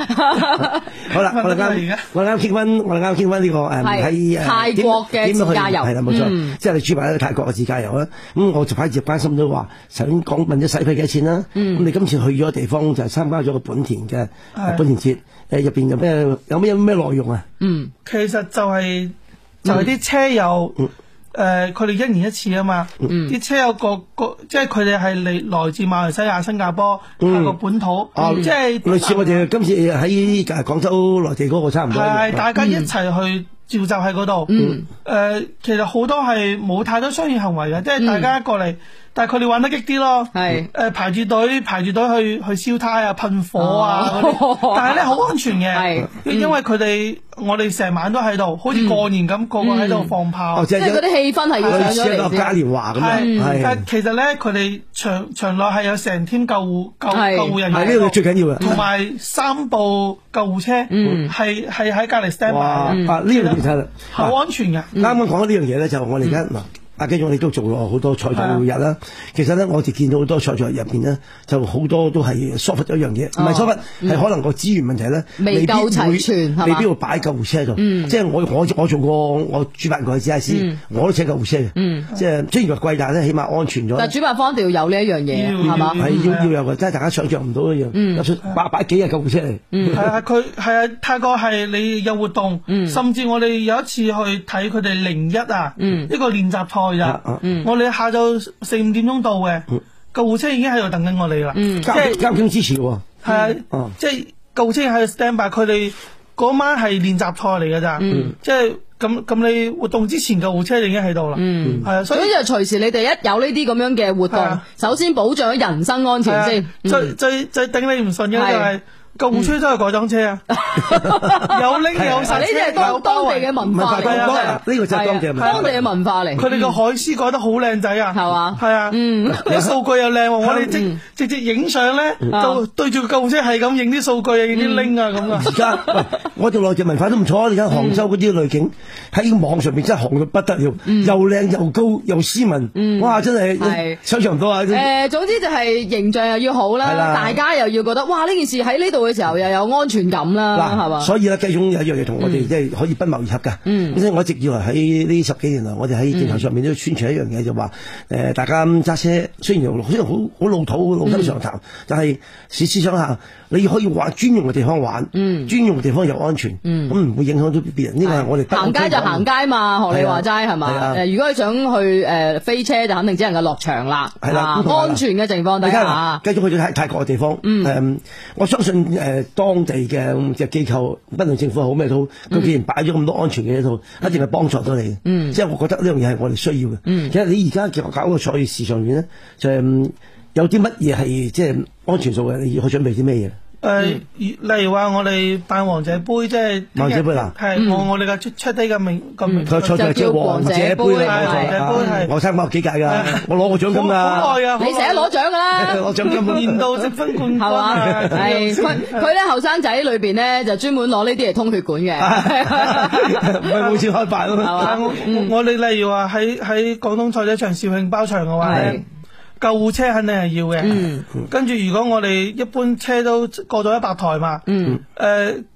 好 啦，我哋啱，我哋啱傾翻，我哋啱傾翻呢個誒
係
喺誒
泰國嘅
點點樣去
自駕遊
係啦，冇
嗯
錯，即係你主辦一個泰國嘅自駕遊啦。咁我就排接班心都話，首先講問咗使費幾多錢啦。
嗯
咁你今次去咗嘅地方就係參加咗個本田嘅
係
本田節，誒入邊有咩有咩有咩內容啊？
嗯，
其實就係、就係、啲車友，誒、佢哋一年一次啊嘛，
嗯
啲、車友個個即係佢哋係嚟來自馬來西亞、新加坡泰國本土，
哦，
嗯
嗯
即係
類似我哋今次喺誒廣州內地嗰個差唔多一樣。
係大家一齊去召集喺嗰度。
嗯
誒，其實好多係冇太多商業行為嘅，即
嗯
係大家過嚟，但係佢哋玩得激啲咯。
係
誒，排住隊，排住隊去去燒胎啊、噴火啊嗰
哦
啲，但係咧好安全嘅，
嗯
因為佢哋我哋成晚都喺度，好似過年咁，個個喺度放炮，
哦嗯即係一即係嗰啲氣氛係要上咗嚟類似一個先嘉年華咁樣
係
係
但係其實咧，佢哋場場內係有成 team 救護救
係
救護人員
係
喺度，
呢個最緊要嘅
同埋三部救護車
嗯
係係喺隔離 stand
哇！啊
嗯
by 嘅。
呢樣嘢睇啦，啊
好安全嘅。
啱啱講到呢樣嘢咧，就我哋而
嗯
家嗱，阿基總你都做咗好多賽道日
啊
啦。其實咧，我哋見到好多賽道日入邊咧，就好多都係疏忽咗一樣嘢，唔
哦
係疏忽，
嗯
係可能個資源問題咧，
未
未必
夠齊
會
全係嘛
未必會擺救護車喺度。
嗯
即係我我我做過我主辦過嘅 GIC，
嗯
我都請救護車
嗯
嘅。即係雖然話貴，但係咧起碼安全咗。
但主辦方一定要有呢一樣嘢，係嘛？嗯
係要要有嘅，真係大家想象唔到一樣。入出擺擺幾日救護車嚟。
嗯
係啊，佢係啊，泰國係你有活動，甚至我哋有一次去睇佢哋零一啊，
嗯
一個練習賽咋，
嗯
我哋下晝四五點鐘到嘅，救護車已經喺度等緊我哋啦，即
交
係
交通支持喎。
係啊
嗯，
即係救護車喺度 stand by，佢哋嗰晚係練習賽嚟㗎咋，
嗯
即係咁咁你活動之前救護車已經喺度啦，係啊，
所
所以
以就隨時你哋一有呢啲咁樣嘅活
係
動
啊，
首先保障人身安全先。
最最最頂你唔順嘅就係救護車都係改裝車啊，有拎有實
係
車，
嗯啊呢啲係
有
當
包
當地
圍
嘅文化嚟
係啊
嘅，
係啊
真係係啊當地嘅文化嚟。
佢哋個海獅改得好靚仔啊，係嘛？係啊，啲數據又靚喎，我哋直直接影相咧，
嗯
就對住個救護車係咁影啲數據啊，影啲拎啊咁啊
而。家喂，我哋內地文化都唔錯啊！你睇杭州嗰啲女警喺網上面真係紅到不得了，又靚又高又斯文，哇！真
嗯係
係想象唔到啊！
嗯誒，總之就係形象又要好啦
係，啦
大家又要覺得哇呢件事喺呢度嘅時候又有安全感啦，啊係嘛？
所以咧，雞總有一樣嘢同我哋即係可以不謀而合㗎。
嗯
即係我一直以為喺呢十幾年啊來，我哋喺鏡頭上面都宣傳一樣嘢，就話誒大家揸車雖然又雖然好好老
嗯
土、好老生常談，但係試試想下，你可以玩專用嘅地方玩，專用嘅地方又安全，咁唔會影響到別人。呢個係我哋不
嗯行街就行街嘛，學你話
係
齋
啊
係
係
嘛？
啊
誒，如果你想去誒飛車，就肯定只能夠落場啦，
係啦
啊
咁同埋啦
安全嘅情況
你
底
睇下
下，，啊
繼續去咗泰泰國嘅地方，誒、
嗯
我相信誒、當地嘅嘅機構，不論政府好咩都好，佢既然擺咗咁多安全嘅嘢喺度，一定係幫助到你。
嗯
即係我覺得呢樣嘢係我哋需要嘅。
嗯
其實你而家搞個賽事上面咧，就係、嗯有啲乜嘢係即係安全數嘅，你要去準備啲咩嘢？
嗯
誒，例如話我哋辦王者杯，即係
王者杯啦
係我我哋嘅出出低嘅名個名，
佢賽賽叫王者杯
係
啦，
王者杯係。
我參加過幾屆㗎，我攞過獎金㗎。
好耐啊！
你成日攞獎㗎啦
攞獎金啊
年度積分冠
係
軍
嘛？
啊！
係佢佢咧後生仔裏邊咧就專門攞呢啲嚟通血管嘅，
唔係每次開
啊
辦咯。
嗯
但係我我我哋例如話喺喺廣東賽車場肇慶包場嘅話咧，救護車肯定係要嘅。
嗯
跟住如果我哋一般車都過咗一百台嘛，誒、
嗯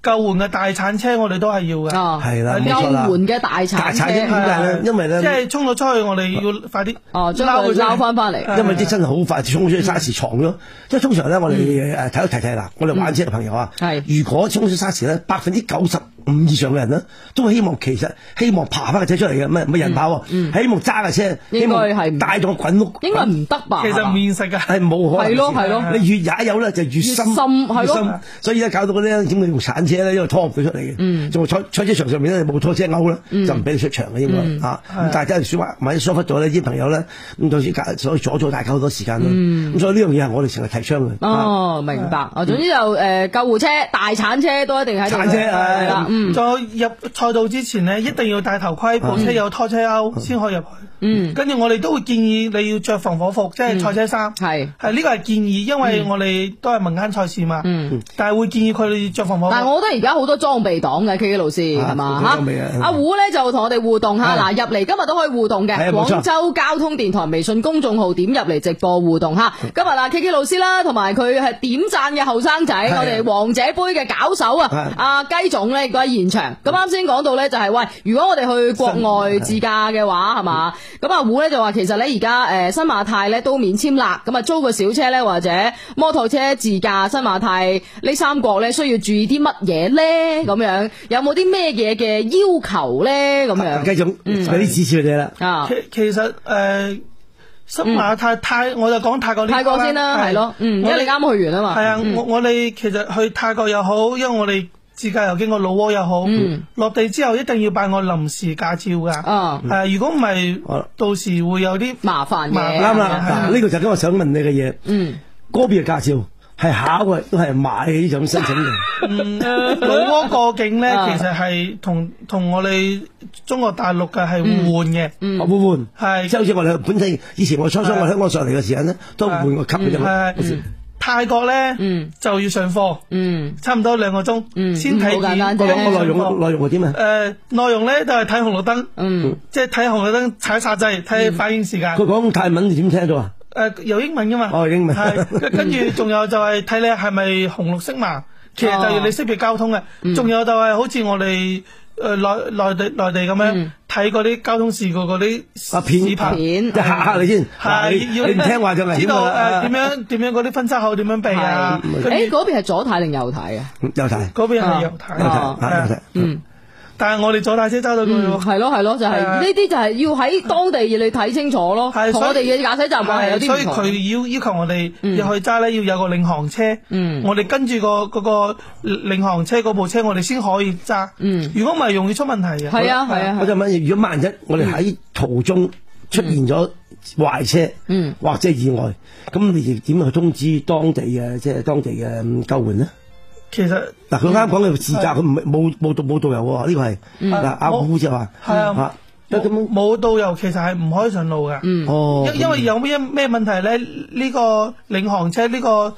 救援嘅大鏟車我哋都係要嘅。
係啦
係
冇錯啦
哦救援嘅大鏟車大鏟車點解咧
係啊
因為咧
即係衝咗出去，我哋要快啲
哦將佢
出去
撈返返嚟
因為啲真係好快衝出去沙池藏咯。因為通常咧，我哋
嗯
誒睇一睇睇啦，我哋玩車嘅朋友啊，如果衝出沙池咧，百分之九十五以上嘅人咧，都希望其實希望爬翻架車出嚟嘅，唔係唔
嗯
係人跑喎，係希望揸架車，希望帶到滾碌。
應該唔得吧其實唔啊
現實㗎，
係冇可能。
係咯係咯
你越踩油咧就越深，
越深係咯
越深所以咧搞到嗰啲咧點解用鏟車咧，因為拖唔到出嚟
嗯
嘅。仲賽賽車場上面咧冇拖車勾啦，就唔俾你出場嘅應
嗯
該啊。咁
係
但係真係疏忽，萬一疏忽咗呢啲朋友咧，咁到時搞所以阻咗大家好多時間咯。
嗯
咁所以呢樣嘢係我哋成日提倡嘅。
哦，明白。哦，總之就诶救護車、大鏟車都一定喺度嘅。
鏟車
係啦，嗯。
再入賽道之前呢，一定要戴頭盔，部車有拖車鈎先可以入去。
嗯，
跟住我哋都會建議你要着防火服，即係賽車衫。
係
係呢個係建議，因為我哋都係民間賽事嘛。
嗯，
但係會建議佢哋着防火服。
但係我覺得而家好多裝備黨嘅 K K 老師係嘛
好多裝備啊
嚇，阿胡咧就同我哋互動嚇，
係
嗱入嚟今日都可以互動嘅
係，啊冇
廣
錯
州交通電台微信公眾號點入嚟直播互動嚇，今日啦 K K 老師啦，同埋佢係點讚嘅後生仔，
係
我哋王者杯嘅搞手啊
係，
阿雞總咧亦都喺現場，咁啱先講到咧就係喂，如果我哋去國外自駕嘅話係嘛，咁阿胡咧就話其實咧而家誒新馬泰咧都免簽啦，咁啊租個小車咧或者摩托車自駕新馬泰呢三國咧需要注意啲乜嘢咧？咁樣有冇啲咩嘢嘅要求咧？咁樣嗯
繼續俾啲指示佢哋啦。
啊，嗯
其其實誒，新馬泰泰，我就講泰國呢
泰國
國
先啦，係咯，嗯，因為你啱去完啊嘛，
係啊，
嗯
我我哋其實去泰國又好，因為我哋自駕遊經過老撾又好，落地之後一定要辦個臨時駕照㗎。
嗯啊，
誒，如果唔係，到時會有啲
麻煩
啊啱
啊
啦，嗱呢個就係今日想問你嘅嘢。
嗯，
嗰邊嘅駕照係考嘅，都係買呢種申請嘅。
嗯，老撾過境咧，
啊
其實係同同我哋中國大陸嘅係
嗯
互換嘅。
我會換，即係好似我哋本身以前我初初我香港上嚟嘅時間咧，都換個級嘅啫嘛。
嗯係泰國咧
嗯
就要上課，差唔多兩個鐘，先睇
好簡單
片
啫嗰個內容內容係點啊
誒呃內容咧就係睇紅綠
嗯
燈，即係睇紅綠燈踩煞掣，睇反應時間。
佢講泰文你點聽到啊？
誒有英文噶嘛？
哦英文
係跟跟住仲有就係睇你係咪紅綠色盲，其實
哦
就要你識別交通嘅。
嗯
仲有就係好似我哋誒內內地內地咁樣睇嗰啲交通事故嗰啲
啊片
視頻
嗯片即係嚇嚇你先嗱
係
你
要
你唔聽話就危險
知
㗎
道
啦啊
誒點樣點樣嗰啲分叉口點樣避啊？
係
跟住
嗯誒嗰邊係左睇定右睇啊？
有睇，
嗰邊係右睇，
有睇，啊有睇。
嗯，
但係我哋左大車揸到佢
嗯，
喎。
係咯係咯，就係
係啊
呢啲就係要喺當地你睇清楚咯，
係
同
所以
我哋嘅駕駛習慣係有
所
啲唔
以
同。
佢要要求我哋入去揸咧，要有個領航車。
嗯
我哋跟住個嗰個領航車嗰部車，我哋先可以揸。
嗯，啊
如果唔係，容易出問題嘅。啊
我就問，如果萬一我哋喺途中出現咗壞車，
嗯，
或者意外，咁你哋點去通知當地嘅即係當地嘅嗯救援呢？
其實
嗱，佢啱講嘅自駕，
係
佢唔係冇冇導冇導遊喎，呢個係
嗯
嗱阿
我
胡就話
係啊，冇冇導遊其實係唔可以上路嘅。
哦
因因為有咩咩問題咧？呢個領航車呢個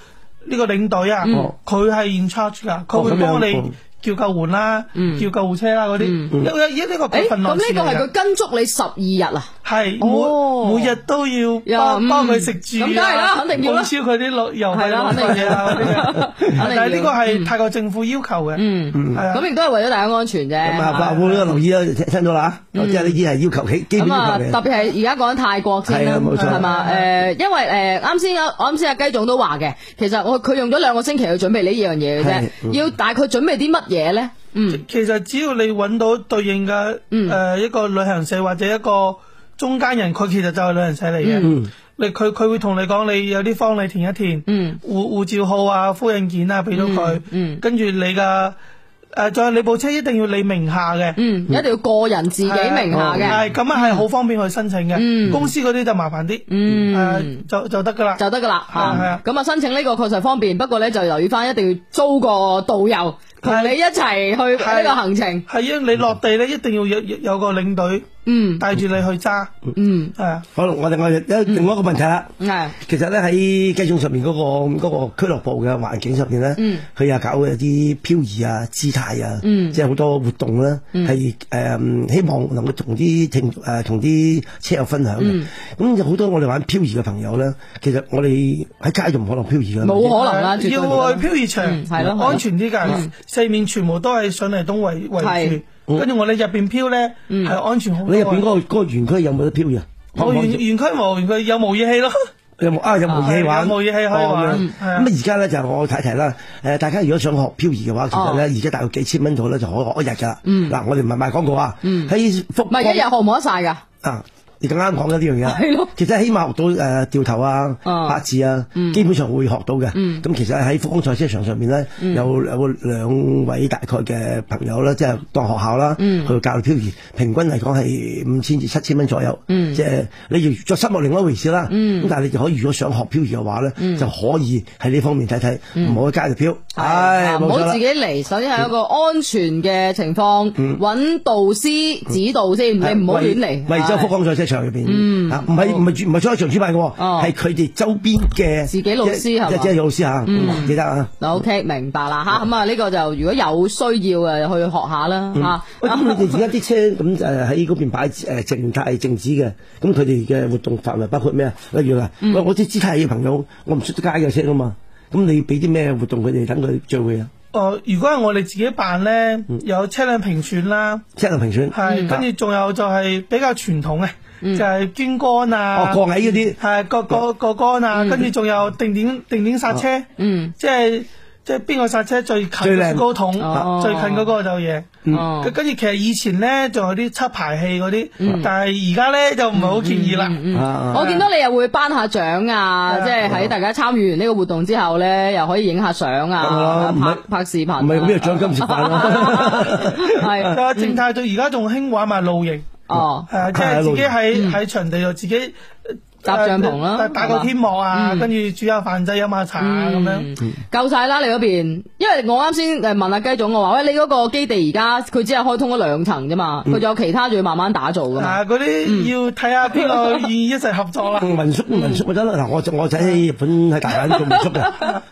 呢個領隊啊
嗯，
佢係 in charge 㗎，佢會
哦咁樣
幫我哋
哦
叫救援啦，
嗯
叫救護車啦嗰啲。
嗯
因為因為呢個
誒
佢份內
咁
事
呢個
嚟
係
㗎
佢跟足你十二日啊？
係
哦
每每日都要
呀
幫
嗯
幫佢食住啊，
咁梗係啦肯定要啦
報銷佢啲旅遊
係
費
啦
嗰啲嘢啊啦嗰啲嘢。
定要
但係呢個係泰國政府要求嘅，
嗯
係啊
咁亦都係為咗大家安全啫。
咁啊，阿
係
胡呢留意啦，聽聽到啦嚇，即係呢啲係要求基基本
咁
要
啊，
求嚟
特。別係而家講緊泰國先啦，
係啊冇錯
係嘛？
啊
誒，因為誒啱先有啱先阿雞總都話嘅，其實我佢用咗兩個星期去準備呢樣嘢嘅
係
啫，
嗯
要大概準備啲乜嘢咧？嗯，
其實只要你揾到對應嘅誒一個旅行社或者一個中間人，佢其實就係旅行社嚟嘅
嗯。
你佢佢會同你講，你有啲方你填一填，
護
護照號啊、複印件啊，俾咗
嗯嗯
佢，跟住你嘅誒，仲有你部車一定要你名下嘅，
嗯一定要個人自己名下嘅
係咁啊係好方便去申請
嗯
嘅。公司嗰啲就麻煩啲，呃
嗯
誒就就得㗎啦，
就得噶啦
係啊係啊
嚇。咁啊，申請呢個確實方便，不過咧就留意翻，一定要租個導遊同你一齊去呢個行程。
啊係因為你落地咧，一定要有有有個領隊，
嗯，
帶住你去揸，
嗯，
係啊，
好，我另外一另外一個問題啦。
系，
其實咧喺雞種上面嗰、個嗰、個俱樂部嘅環境上面咧，
嗯
佢又搞一啲漂移啊、姿態啊，
嗯
即係好多活動啦，
嗯
係誒、希望能夠同啲聽誒同啲車友分享嘅。咁
嗯、
有好多我哋玩漂移嘅朋友咧，其實我哋喺街就唔可能漂移㗎啦，
冇啊可能啦絕對
要去
冇可能
漂移場，
嗯係咯係咯
安全啲
嗯
㗎。四面全部都係上嚟東圍圍住，
係
跟住我哋入邊漂咧
嗯
係安
啊
全好多
嗯你
㗎。
入邊嗰個嗰個園區有冇得漂移啊？
我園園區冇，園區有模擬器咯。
有冇啊？有模擬器玩？
有模擬器可以玩
哦咁樣
嗯係啊
咁而家咧就我睇睇啦。誒，大家如果想學漂移嘅話，其實咧而家大概幾千蚊度咧就可以學一日㗎啦。
嗯
嗱，我哋唔係賣廣告啊。
嗯
喺福
唔係一日學唔學得晒㗎？
啊，你咁啱講緊呢樣嘢。啊
係咯。
其實起碼學到誒掉頭啊、
嗯
八字啊
嗯，
基本上會學到嘅。
嗯
咁其實喺福岡賽車場上面咧，
嗯
有有兩位大概嘅朋友啦，即係當學校啦，
嗯
去教漂移，平均嚟講係五千至七千蚊左右。
嗯
即係你要着深落另外一回事啦。
嗯
咁但係你就可以如果想學漂移嘅話咧，
嗯
就可以喺呢方面睇睇，
嗯
唔好喺街度漂。
啊
唉，
唔
冇錯
好
啦
自己。嚟，首先係一個安全嘅情況，
嗯
揾導師指導先，你唔好亂嚟。啊
惠州福岡賽車場入邊，
嗯
啊唔係唔係主唔係賽車場主辦嘅喎，係佢哋周邊嘅自
己老師係嘛
即係老師嚇，
嗯
唔記得啊。
嗱 OK，明白啦吓，咁啊呢個就如果有需要嘅去學下啦
嗯
吓。
喂，咁你哋而家啲車咁誒喺嗰邊擺誒靜態靜止嘅，咁佢哋嘅活動範圍包括咩啊？例如啦，喂，我啲姿態嘅朋友，我唔出得街嘅車噶嘛，咁你俾啲咩活動佢哋等佢聚會啊？
哦，如果係我哋自己辦咧，有車輛評選啦，
嗯車輪評選
係跟住仲有就係比較傳統嘅，就係捐杆啊，
嗯哦過矮嗰啲嗯
係過過過杆啊，跟住仲有定點定點剎車，
嗯，
即係即係邊個剎車最近
哦最靚
嗰高筒，
哦
最近嗰個就贏。
嗯
哦
跟跟住其實以前咧仲有啲測排氣嗰
嗯
啲，但係而家咧就唔係好建議啦。
啊
我見到你又會頒下獎啊，即係喺大家參與完呢個活動之後咧，又可以影下相啊，
梗係啦
拍
唔係
拍視頻啊。
唔係咁就獎金食 飯哦啦。
係嗯
啊，靜態到而家仲興玩埋露營。
哦，嗯
係啊，即係自己喺喺場地度自己呃
搭帳篷啦
呃打
係
個
嘛
天幕啊，
嗯
跟住煮下飯仔飲下茶啊咁樣。
夠晒啦！你嗰邊，因為我啱先誒問阿雞總，我話喂，你嗰個基地而家佢只係開通咗兩層啫嘛，
嗯
佢仲有其他仲要慢慢打造噶嘛。
啊，嗰啲要睇下邊個願意一齊合作啦。 嗯
民宿民宿咪得啦，嗱我我仔喺日本喺大阪做民宿 嘅，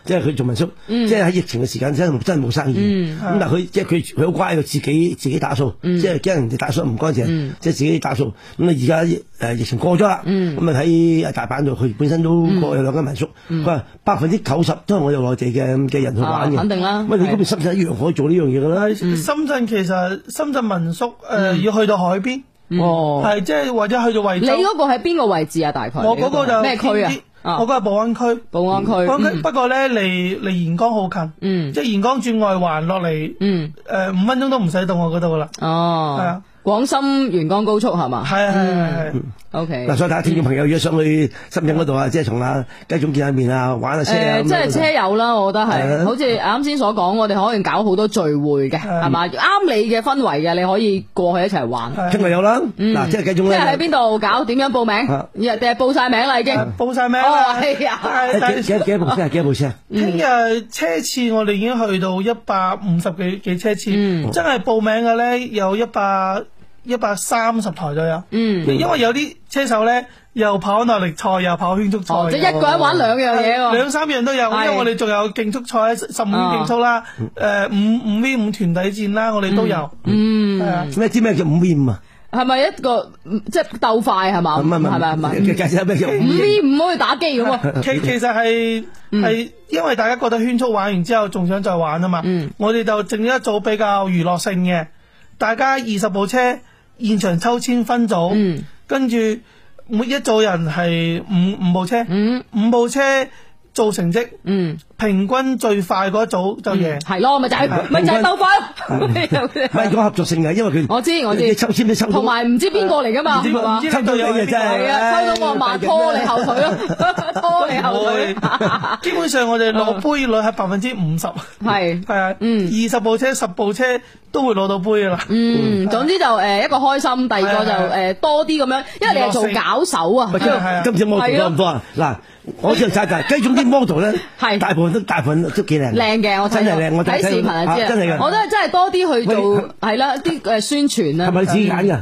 即係佢做民宿，
嗯
即係喺疫情嘅時間真係真係冇生意，
嗯
咁但係佢即係佢佢好乖，佢自己自己打掃，
嗯
即係驚人哋打掃唔乾淨，即係自己打掃。咁啊而家誒疫情過咗啦，
嗯
咁啊喺大阪度，佢本身都過有兩間民宿，
嗯
佢話百分之九十都係我哋內地嘅嘅人去玩嘅，
啊肯定啦
喂，你
係
嗰邊深圳一樣可以做呢樣嘢㗎
嗯
啦，
深圳其實深圳民宿誒要去到海邊，
哦，
係即係或者去到惠
嗯你
州。
嗰個喺邊個位置啊？大概
我嗰個就
咩區
偏啲
啊？
我嗰個係保安區。
保安區
保安區
嗯
不過咧離離沿江好近，
嗯
即係沿江轉外環落嚟，
嗯
誒五分鐘都唔使到我嗰度噶啦。係
哦
啊，
廣深沿江高速係嘛？嗯
係啊係啊係啊。
O K。
嗱，所以大家聽眾朋友如果想去深圳嗰度啊，即係同阿雞總見下面啊，玩下車啊，
誒，
咁
即係
樣
車友啦，我覺得
係
係，
啊嗯
好似啱先所講，我哋可以搞好多聚會嘅，係嘛？啱你嘅氛圍嘅，你可以過去一齊玩。
聽日有啦，
嗯
嗱，即係繼續
即係
咧
喺。邊度搞？點樣報
啊
名？定係報晒名啦已經？
報晒名
哦
啦，
係啊
但係但
誒幾幾
係
幾多部車啊？幾多部車啊？
聽日車次我哋已經去到一百五十幾幾車次，
嗯
真係報名嘅咧有一百一百三十台左右。
嗯
因為有啲車手咧又跑耐力賽，又跑圈速賽
哦
嘅，
即係一個人玩兩樣嘢喎
係兩三樣都有。因
係
為我哋仲有競速賽、十五
哦
競速啦，誒五五 V 五團體戰啦，我哋都有。
嗯，
係啊
咩知咩叫五 V 五啊？
係咪一個嗯即係鬥快係嘛？
唔係唔
係咪係
係唔係，
咪？
介紹下咩叫
五
五
V 五可以打機咁 喎。
啊其其實係係因為大家覺得圈速玩完之後仲想再玩啊嘛，
嗯
我哋就整咗一組比較娛樂性嘅，大家二十部車現場抽籤分組，
嗯
跟住每一組人係五五部車，
嗯
五部車做成績，平均最快嗰一組就贏，
嗯係咯，咪就係咪就係鬥
啊 唔係
快
講
咯。
合作性嘅，因為佢
我知我知
你抽籤都抽到，
同埋唔知邊個嚟㗎嘛
唔知
係嘛
唔知抽到你啊真係，
係啊，收到我
唉
慢拖你後腿 咯， 拖你後腿。
基本上我哋攞杯率係百分之五十，
係
係啊，二十部車十部車都會攞到杯噶啦，
嗯，總之就誒一個開心，第二個就
係係
誒多啲咁樣，因為你係做搞手啊
喂，今
係啊
今次 model 多唔多啊？嗱，我知道晒但係雞總啲 model 咧，係大部分都大部分都幾靚，
靚嘅，我睇
真
到
係靚，我
睇視頻
啊
啊知啊
真係嘅，
我覺得真係多啲去
喂
做係啦啲誒宣傳啦。啊
係咪你自己揀㗎？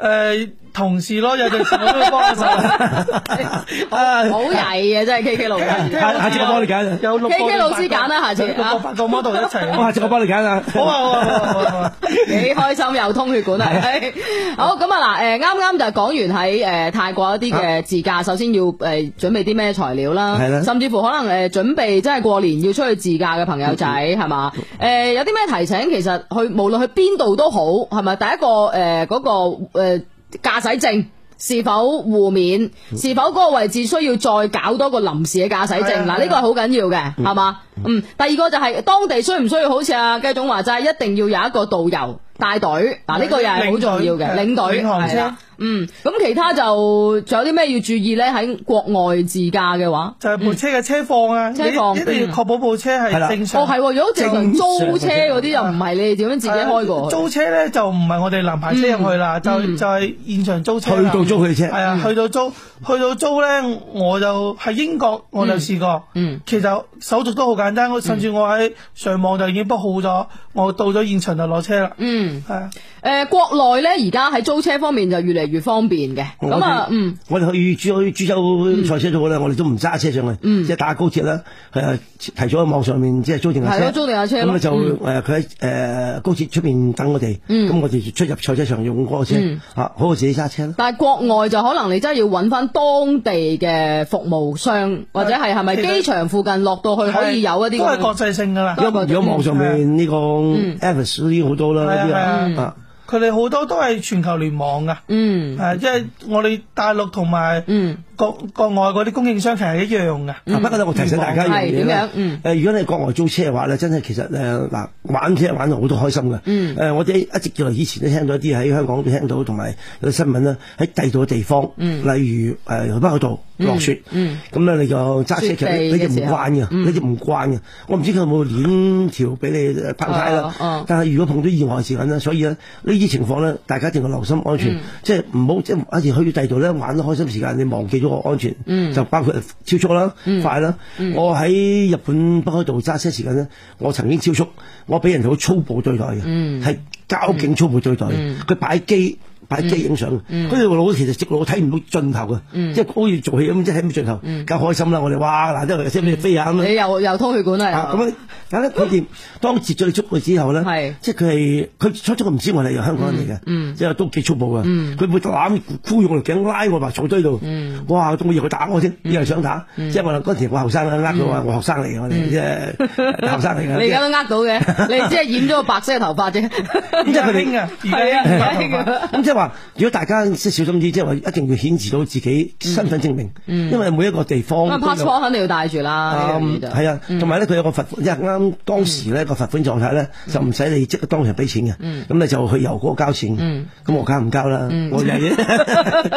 誒同事咯，有陣時我都會 幫手。
好曳啊，真係 K K 老師。
下下次我幫你揀。啊
有六
K K 老師揀啦，下次 啊
六個八個 model 一齊。
我下次我幫你揀啊。
好啊好啊好啊好啊好啊。
幾開心又通血管啊！唉好咁啊嗱，誒啱啱就講完喺誒泰國一啲嘅自駕，首先要誒準備啲咩材料啦，
係啦
甚至乎可能誒準備真係過年要出去自駕嘅朋友仔係嘛？誒有啲咩提醒？其實去無論去邊度都好，係咪第一個誒嗰個誒駕駛證？是否互免？是否嗰個位置需要再搞多個臨時嘅駕駛證？
係啊
嗱，呢個係好緊要嘅，
嗯
係嘛？嗯，第二個就係當地需唔需要好似阿雞總話齋，一定要有一個導遊帶隊，
嗯
嗱呢個又係好重要嘅，領
領隊
隊
領航車
係啦。嗯，咁其他就仲有啲咩要注意呢？喺國外自駕嘅話，嗯
就係部車嘅車況啊，
車況
你一定要確保部車
係啦
係正常。啊
哦係喎如果正常租車嗰啲又唔係你哋點樣自己開過去
租車咧就唔係我哋臨牌車入去啦，
嗯
就
嗯
就係現場租車啦。
去到租佢嘅車
係啊
嗯，
去到租，去到租咧，我就喺英國我就試過。
嗯，
其實手續都好簡單，我甚至我喺上網就已經 book 好咗，我到咗現場就攞車啦。
嗯，
係啊。
誒國內呢，而家喺租車方面就越嚟越方便嘅。
我
哦
咁啊
哋，
嗯，
我哋去珠去株洲賽車組咧，我哋都唔揸車上去，
嗯
即係打高鐵啦，係啊提早喺網上面即係租定架
係咯
車，
租定架車
咁
咯
咧就
嗯
誒佢喺誒高鐵出邊等我哋，
嗯
咁我哋就出入賽車場用嗰個車
嗯
啊，好過自己揸車啦。
但係國外就可能你真係要揾翻當地嘅服務商，或者係係咪
其實
機場附近落到去可以有一啲
都
咁
係
嘅
國際性噶啦。啊
因為如果網上面呢個
嗯
Avis 呢啲好多啦，
係
呢
啊係
啲
啊
啊。
佢哋好多都係全球聯網噶，
嗯，
誒，即係啊我哋大陸同埋國國外嗰啲供應商其實一樣噶。
啊，不過咧，我提醒大家一樣嘢咧，
嗯
誒，如果你係國外租車嘅話咧，真係其實誒嗱，玩車玩到好多開心嘅。
嗯
誒，我哋一直以來以前都聽到一啲喺香港都聽到，同埋有啲新聞啦，喺第二度嘅地方，
嗯
例如誒北海道落雪，
嗯
咁咧你就揸車其
雪
實
地嘅
你就唔
時候嗯
慣嘅，你就唔慣嘅。我唔知佢有冇鏈條俾你誒拋胎
哦哦
啦，但係如果碰到意外嘅時間咧，所以咧呢啲情況咧，大家一定要留心安全
嗯，
即係唔好即係一時去到第二度咧玩得開心時間，你忘記咗個安全
嗯，
就包括超速啦、快啦。
嗯
我喺日本北海道揸車時間咧，我曾經超速，我俾人哋好粗暴對待嘅，係、
嗯
交警粗暴對待嘅
嗯
佢、擺機。擺機影相，
嗯
佢條路其實直路睇唔到盡頭嘅，
嗯
即係好似做戲咁，即係睇唔到盡頭，
嗯
梗係開心啦！我哋哇嗱，即係即係飛啊下咁樣
你又又通血管啦，
啊
又嗯
咁咧，但係咧佢哋當截咗你捉佢之後咧，即係佢係佢初初佢唔知我係香港人嚟嘅，
嗯
即係都幾粗暴啊！
嗯
佢會攬箍住我條頸拉我埋草堆度，哇！我以為佢打我添，
嗯
以為想打，即係我嗰陣時我後生啦，呃佢話我學生嚟嘅，我
嗯
哋即係後生嚟 嘅。
你而家都呃到嘅，你只係染咗個白色嘅頭髮啫。
咁即係佢哋
係啊，而家興啊
咁即係話，如果大家即係小心啲，即係話一定要顯示到自己身份證明，
嗯
因為每一個地方
咁啊
都有啊
passport 肯定要帶住啦，呢樣
嗯
嘢就嗯
係啊，同埋咧佢有個罰款，因為啱當時咧個罰款狀態咧就唔使你即刻當場俾錢嘅，
嗯
咁你就去郵嗰個交錢，
嗯
咁我交唔交啦？ 我就係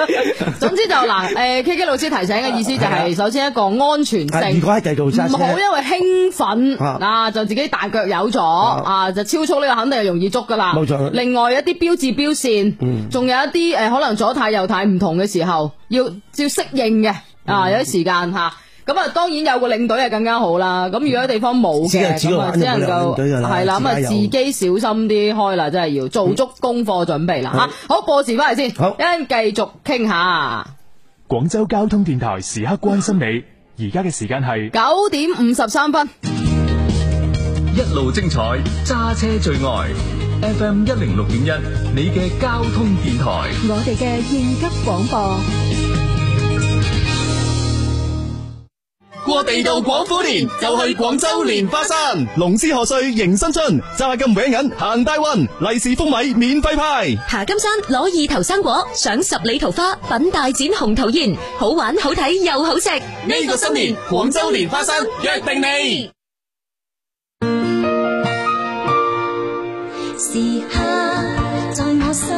總之就嗱，誒 K K 老師提醒嘅意思就係，首先一個安全
啊
性。
如果喺第二度揸車
唔好因為興奮
啊
啊，就自己大腳有咗啊，就超速呢個肯定係容易捉噶啦。
冇錯
另外一啲標誌標線，
嗯
仲有一啲誒可能左太右太唔同嘅時候，要要適應嘅
嗯
啊，有啲時間嚇。咁啊，當然有個領隊係更加好啦。咁如果地方冇
自己
嘅，
自己
咁啊
玩
只
就冇理
能
由領
夠
隊㗎啦
係啦，咁啊
自駕遊
自己小心啲開啦，真係要做足功課準備啦嚇。好，播時翻嚟先，
好
一陣繼續傾下。
廣州交通電台時刻 關心你，而家嘅時間係
九點五十三分。
一路精彩，揸車最愛。FM 一零六點一，你嘅交通電台。
我哋嘅應急廣播，
过地道广府年就去广州莲花山，龙狮贺岁迎新春，揸金搲银行大运，利是封米免费派。
爬金山攞意頭生果，賞十里桃花，品大展紅桃宴，好玩好睇又好食。呢個新年廣州蓮花山約定你。
時刻在我心，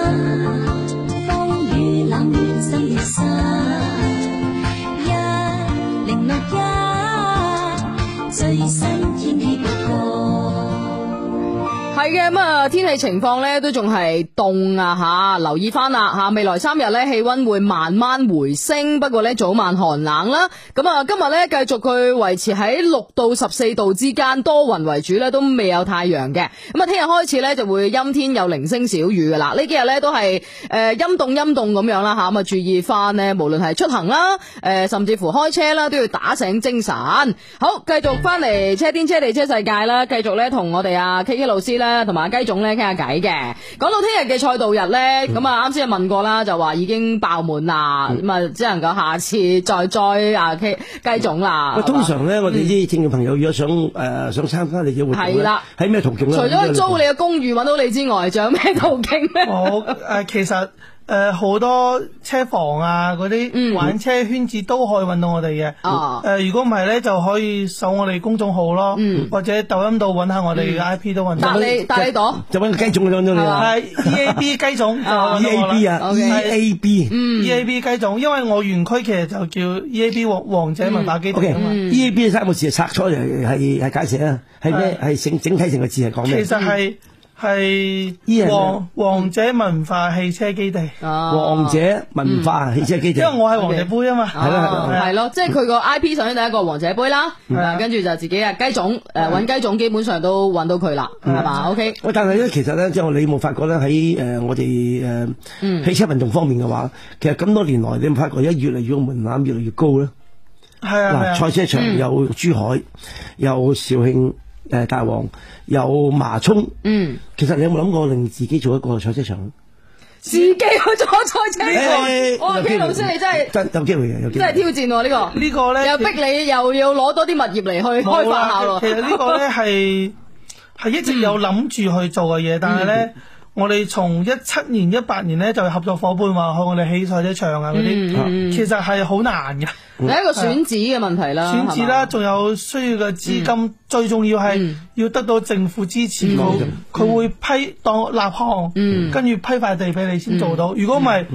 風雨冷暖心與心。一零六一最新天氣報告。
系係嘅，咁啊天氣情況咧都仲係凍啊吓，留意翻啦吓，未來三日咧氣温會慢慢回升，不過咧早晚寒冷啦。咁啊今日咧繼續佢維持喺六到十四度之間，多雲為主咧，都未有太陽嘅。咁啊聽日開始咧就會陰天有零星小雨噶啦，呢幾日咧都係誒陰凍陰凍咁樣啦吓，咁啊注意翻咧，無論係出行啦，誒、呃甚至乎開車啦，都要打醒精神。好，繼續翻嚟車天車地車世界啦，繼續咧同我哋啊 K K 老師啦，同埋阿雞總咧傾下偈嘅。講到聽日嘅賽道日咧，咁啊啱先問過啦，就話已經爆滿啦，咁啊只能夠下次再再啊 K 雞總啦
喂，。通常咧，我哋啲政嘅朋友如果想誒想參加你嘅活動
嗯係
咧
啦，
喺咩途徑
除
咧？
咗租你嘅公寓揾到你之外，仲有咩途徑咧？
我誒、 其實誒好、多車房啊嗰啲玩車圈子都可以揾到我哋嘅。誒、
嗯哦
如果唔係咧，就可以搜我哋公眾號咯，或者抖音度揾下我哋嘅 I P 都揾到。
答嗯你答你哦到。
就揾個雞種咗你啦。
係
E
EAB 雞種就
啊
揾到我啦
EAB
à?
E
啊 EAB 嗯
EAB E 雞種，因為我園區其實就叫 EAB 王王者文化基
O
地
K，
啊嘛。
嗯
呢邊三個字係拆開嚟係係解釋啊，係咩？係整整體成個字係講咩？
其實係係
人啊
王王者文化汽車基地。
啊
王者文化汽車基地，
嗯因為我係王者杯啊嘛。
係啦係啦
系咯，即係佢個 I P 首先第一個王者杯啦，
嗯
啊跟住就自己啊雞總，诶
嗯
揾雞總基本上都揾到佢啦，
啊
係嘛？O K，
喂，嗯但係咧，其實咧，即係你有冇發覺咧，喺誒、呃我哋誒、呃
嗯
汽車運動方面嘅話，其實咁多年來，你有冇發覺而家越嚟越個門檻越嚟越高咧？
係啊，係啊
嗱，賽車場有珠海，有肇慶。誒大王有麻涌，
嗯，
其實你有冇諗過令自己做一個賽車場？
自己去咗
哦
賽
誒
車場，哇
有機會
！K 老師你真係
真有機會嘅，有機
真
會
係。挑戰喎呢個，
呢個咧
又逼你又要攞多啲物業嚟去開
冇
發嗯
啦
下咯。
其實呢個咧係係一直有諗住去做嘅嘢，但係
嗯
咧。我哋從一七年、一八年咧就合作伙伴話去我哋起賽車場啊嗰
嗯嗯嗯
啲，其實係好難嘅。
第一個選址嘅問題啦，
選址
啊係嘛，
啦，仲有需要嘅資金，最重要係要得到政府支持，佢佢會批當立項，跟住批塊地俾你先做到。如果唔係，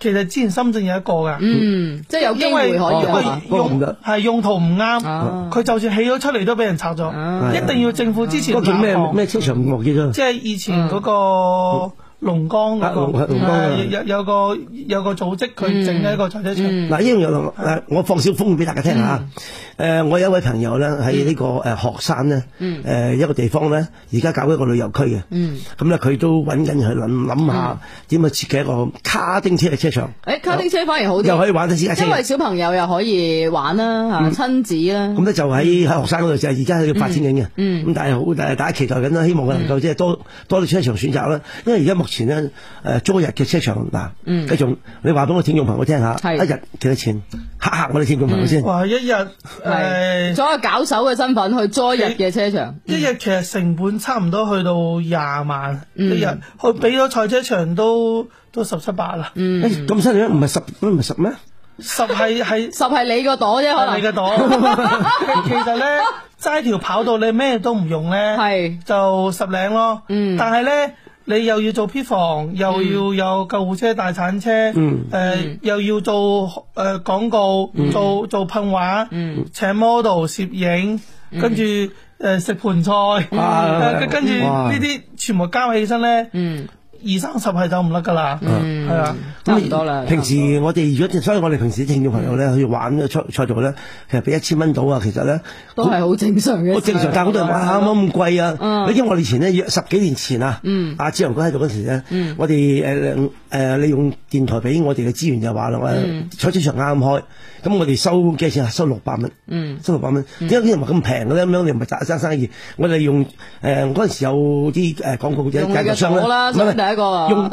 其實之前深圳有一個㗎，
嗯，即係有機
因
會
為
可以
因為
哦
啊
用係用途唔啱，佢就算起咗出嚟都俾人拆咗，一定要政府支持
啊嗰個叫咩
立項
咩車場忘記咗？
即係以前嗰個龍江嗰
啊龍
個
龍江啊
係有有個有個組織佢整咗一個賽車場，
嗱，呢樣嘢我誒，我放少風俾大家聽下。誒，我有一位朋友咧喺呢個誒學山咧，
嗯
誒一個地方咧，而家搞一個旅遊區嘅。
嗯
咁咧，佢都揾緊去諗諗下點樣設計一個卡丁車嘅車場。
誒卡丁車反而好啲，
又可以玩得私家車
因為小朋友又可以玩啦，
嗯
嚇親子啦。
咁咧就喺喺學生嗰度就係而家喺度發展緊嘅，
嗯
咁但係好，但係大家期待緊啦，希望佢能夠即係多多啲車場選擇啦。因為而家目前咧，誒租日嘅車場
嗯
嗱，繼續你話俾我聽眾朋友聽下，一日幾多錢？嚇嚇我哋聽眾朋友先。
哇！一日
係
誒，
作為搞手嘅身份去 join 日嘅車場，
一日其實成本差唔多去到廿萬
嗯
一日，佢俾咗賽車場都都十七八啦，
嗯
誒哎咁犀利咩？唔係十唔係十咩？
十係係
十係你個朵啫，可能
你個 朵。其其實咧，齋條跑道你咩都唔用咧，
係
就十零咯。嗯，但係咧。你又要做 P 房，又要有
嗯
救護車、大鏟車，誒、
嗯
呃又要做誒、呃、廣告，
嗯
做做噴畫，
嗯
請 model 攝影，
嗯
跟住誒、呃食盤菜，呃跟跟住
啊哇
呢啲全部加起身咧，
嗯
二三十係走唔甩㗎啦，係啊，
平時我哋如果所以我哋平時啲聽眾朋友咧去玩嘅賽賽道咧，其實俾一千蚊到啊，其實咧
都係好正常嘅事。
好正常，但係好多人話啱啱咁貴啊！
嗯
你知我哋以前咧，約十幾年前啊
嗯，
阿志陽哥喺度嗰時咧
嗯，
我哋誒誒利用電台俾我哋嘅資源就話啦，我
嗯
賽車場啱啱開，咁我哋收幾錢啊？收六百蚊，
嗯
收六百蚊。點解啲人話咁平嘅咧？咁樣你唔係賺生生意，我哋用誒呃嗰陣時有啲誒廣告者
用你
介
嘅
紹商
朵啦，
啦，
想第一個啊
用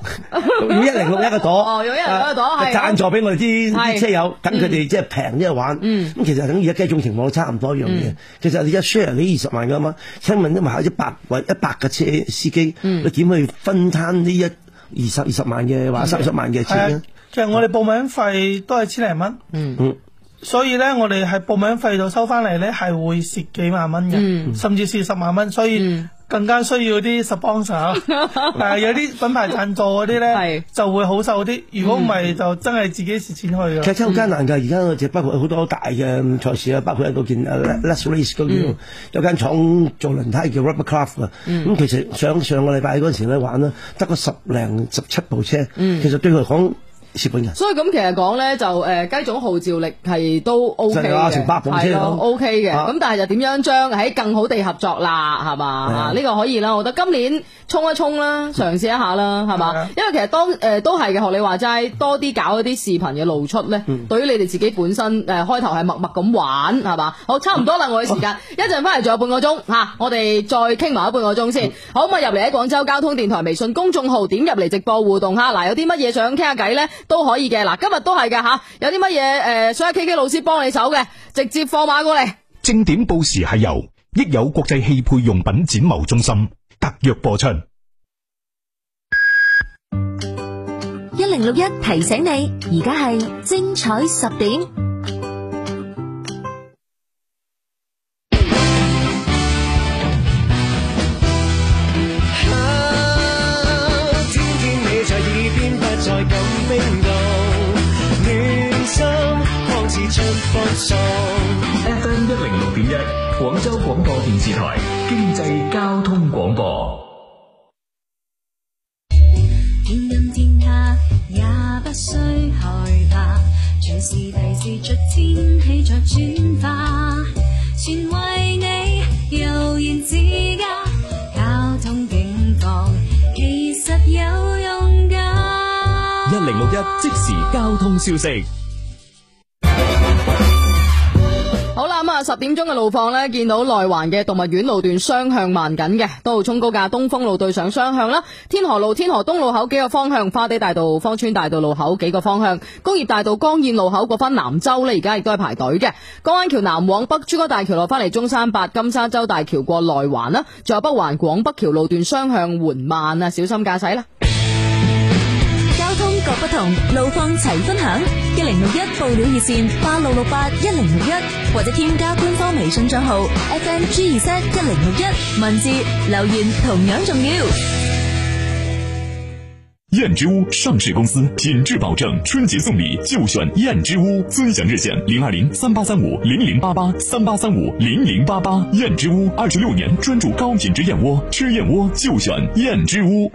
用一零 六一個朵，啊
哦用106一個朵係
贊助俾我哋啲
係
啲車友，等佢哋即
嗯
係平啲去玩。咁其實等於而家雞種情況差唔多一樣嘢
嗯。
其實你一 share 你二十萬㗎嘛，請問一埋一百位一百個車司機，
嗯
你點去分攤呢一二十二十萬嘅或者三十萬嘅錢
嗯係啊
咧？，
其實我哋報名費都係千零蚊。
嗯，
所以咧，我哋係報名費度收翻嚟咧，係會蝕幾萬蚊嘅，
嗯
甚至蝕十萬蚊。所以更加需要啲 sponsor，但係有啲品牌贊助嗰啲咧，就會好受啲。如果唔係，就真係啊自己蝕錢去㗎。
其實真係好艱難㗎，而家我哋包括好多大嘅賽事啊，包括嗰件 Let's Race 嗰
嗯
件，有間廠做輪胎叫 Rubber Craft 啊。
嗯
咁其實上上個禮拜嗰時咧玩啦，得個十零十七部車，
嗯
其實對佢嚟講蝕本㗎。
所以咁其實講咧就誒雞總號召力係都 O K
真係啊成百
嘅，
部車
咯
咁
O K 嘅。
啊
咁但係就點樣將喺更好地合作啦，係嘛？
係啊
啊呢個可以啦，我覺得今年衝一衝啦，嘗試一下啦，係嘛？因為其實當誒都係嘅，學你話齋多啲搞一啲視頻嘅露出咧，對於你哋自己本身誒開頭係默默咁玩係嘛？好，差唔多啦，我嘅時間一陣翻嚟仲有半個鐘嚇，我哋再傾埋一半個鐘先。好，咁啊入嚟喺廣州交通電台微信公眾號點入嚟直播互動嚇，嗱有啲乜嘢想傾下偈咧都可以嘅，嗱今日都係嘅嚇，有啲乜嘢誒想阿 K K 老師幫你手嘅，直接放馬過嚟。
正點報時係由益友國際汽配用品展貿中心特約播出。
一零六一提醒你，而家係精彩十點。
天天你在耳邊，不再感冰凍，暖心仿似春風送。
FM 一零六點一，廣州廣播電視台經濟交通廣播。
天陰天黑也不需害怕，隨時提示着天氣在轉化，全為你悠然自家。交通警覺其實有用㗎。
一零六一即時交通消息。
好啦，咁啊十點鐘嘅路況呢，見到內環嘅動物園路段雙向慢緊嘅，都道衝高架東風路對上雙向啦，天河路、天河東路口幾個方向，花地大道、芳村大道路口幾個方向，工業大道江燕路口過翻南洲呢，而家亦都係排隊嘅，江灣橋南往北珠江大橋落翻嚟中山八、金沙洲大橋過內環啦，仲有北環廣北橋路段雙向緩慢啊，小心駕駛啦。
交通各不同，路況齊分享。一零六一報料熱線八六六八一零六一，或者添加官方微信賬號 FMG 二七一零六一，文字留言同樣重要。
燕之屋上市公司，品质保证，春节送礼就选燕之屋，尊享热线零二零三八三五零零八八三八三五零零八八。燕之屋二十六年专注高品质燕窝，吃燕窝就选燕之屋。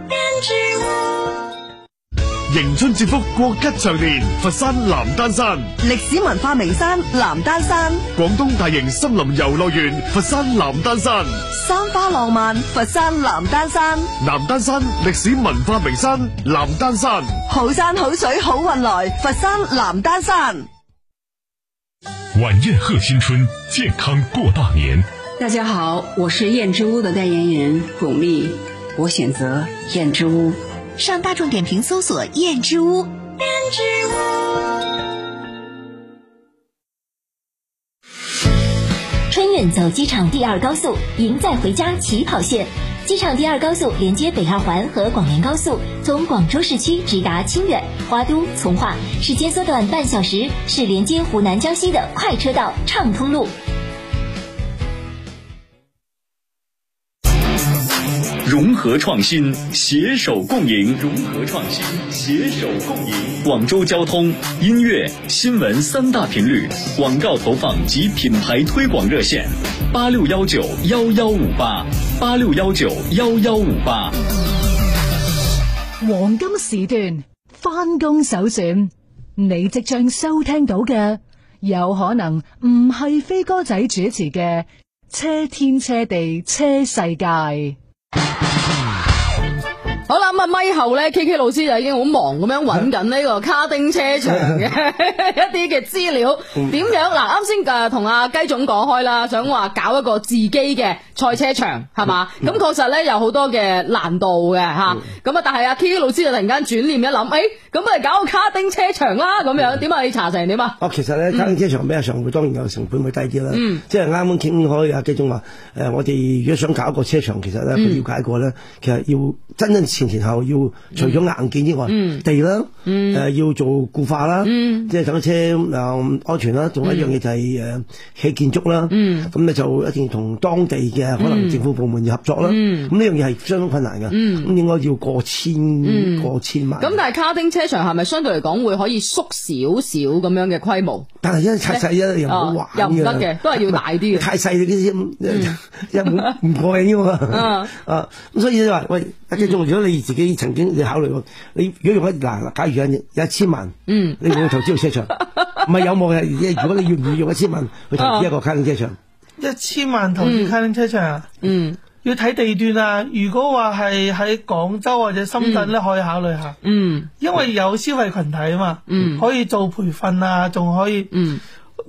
迎春接福，国吉祥年，佛山南丹山，
历史文化名山南丹山，
广东大型森林游乐园，佛山南丹山，
山花浪漫，佛山南丹山，
南丹山历史文化名山南丹山。
好山好水好运来，佛山南丹山。
晚宴贺新春，健康过大年。
大家好，我是燕之屋的代言人巩俐，我选择燕之屋。上大众点评搜索燕之屋。燕之
春运走机场第二高速，赢在回家起跑线。机场第二高速连接北二环和广联高速，从广州市区直达清远、花都、从化，时间缩短半小时，是连接湖南江西的快车道畅通路。
融合创新，携手共赢。融合创新，携手共赢。广州交通、音乐、新闻三大频率广告投放及品牌推广热线：八六幺九幺幺五八，八六幺九幺幺五八。
黄金时段翻工首选，你即将收听到嘅有可能唔系飞哥仔主持嘅《车天车地车世界》。
好啦，咁啊，咪後咧，K K 老師就已經好忙咁樣揾緊呢個卡丁車場嘅一啲嘅資料，
嗯
點樣嗱？啱先誒同阿雞總講開啦，想話搞一個自己嘅賽車場係嘛？咁確實咧有好多嘅難度嘅嚇，咁啊，但係阿 K K 老師就突然間轉念一諗，誒咁啊搞個卡丁車場啦咁樣，點啊？你查成點啊？
哦，其實咧，卡丁車場比較上會當然有成本會低啲啦。
嗯
即係啱啱傾開啊，基總話誒，我哋如果想搞一個車場，其實咧
嗯
佢了解過咧，其實要真真前前後後要除咗硬件之外，
嗯
地啦、誒、要做固化啦，即係等車誒安全啦。仲有一樣嘢就係
嗯
誒起建築啦，咁咧就一定要同當地嘅可
嗯
能政府部門要合作啦。咁呢樣嘢係相當困難嘅，咁應該要過
嗯
千過千萬。
咁但係卡丁車場係咪相對嚟講會可以縮少少咁樣嘅規模？
但係因為拆細啊一又唔好玩
哦又唔得嘅都係要大啲嘅
太細你啲 又唔唔過癮㗎嘛。啊，咁所以你話喂，阿姐總，如果你自己曾經你考慮過，你如果用一嗱，假如有一有一千萬，
嗯，
你會唔會投資個車場？唔係有冇嘅，如果你要唔要用一千萬去投資一個卡丁車場？
一千萬投資卡丁車場啊，
嗯，
要睇地段啊。如果話係喺廣州或者深圳咧，可以考慮下，
嗯，
因為有消費群體啊嘛，
嗯
可以做培訓啊，仲可以，
嗯，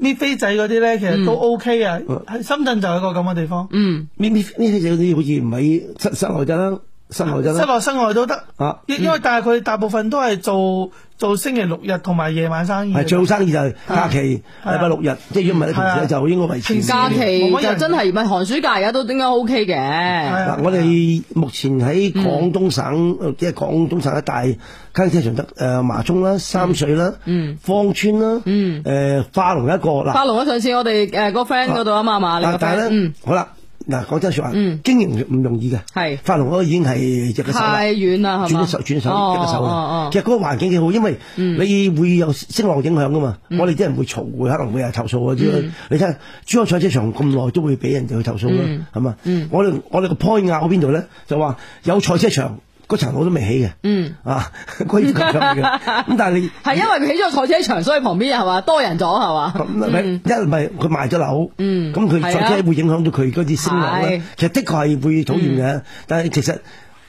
搣飛仔嗰啲咧，其實都
嗯
OK 啊。
嗯
喺深圳就有一個咁嘅地方，
嗯，
呢呢呢啲好似唔喺室室內得啦，室內得
室
啦，
內室外都得，
啊，
因因為但係佢大部分都係做做星期六日同埋夜晚生意嘅，
係最好生意就係假期
係啊
禮拜六日，即係如果唔係咧，同時
係啊
咧就應該維持
假期
冇乜
就
人
真係咪寒暑假而家都應該 O K 嘅。
啊嗱，我
啊
哋目前喺
嗯
廣東省，呃即係廣東省一帶，卡丁車場得誒麻
嗯
涌啦、三水啦、芳村啦、誒花龍一個嗱。
花龍啊，上次我哋誒個 friend 嗰度啊嘛嘛，你
但
個
但
friend
係咧
嗯，
好啦，嗱講真説話
嗯，
經營唔容易嘅。
係
花龍嗰個已經係一隻手啦
太遠啦，係
轉
嘛？
一手轉手
哦
一個手
哦哦嗯
啊！其實嗰個環境幾好，因為你會有聲浪影響噶嘛。我哋啲人會嘈，會可能會有投訴啊之類。你睇下珠海賽車場咁耐都會俾人哋去投訴
嗯
啦，係嘛？我哋我哋個 point 拗邊度咧，就話有賽車場嗰層樓都未起嘅，
嗯
啊， 嗰要求 咁嘅。咁但係你
係因為佢起咗個賽車場，所以旁邊係嘛多人咗係嘛？嗯
咁咪一唔係佢賣咗樓，咁佢
係啊
賽車會影響到佢嗰啲聲浪
係嗯
咧。其實的確係會討厭嘅，但係其實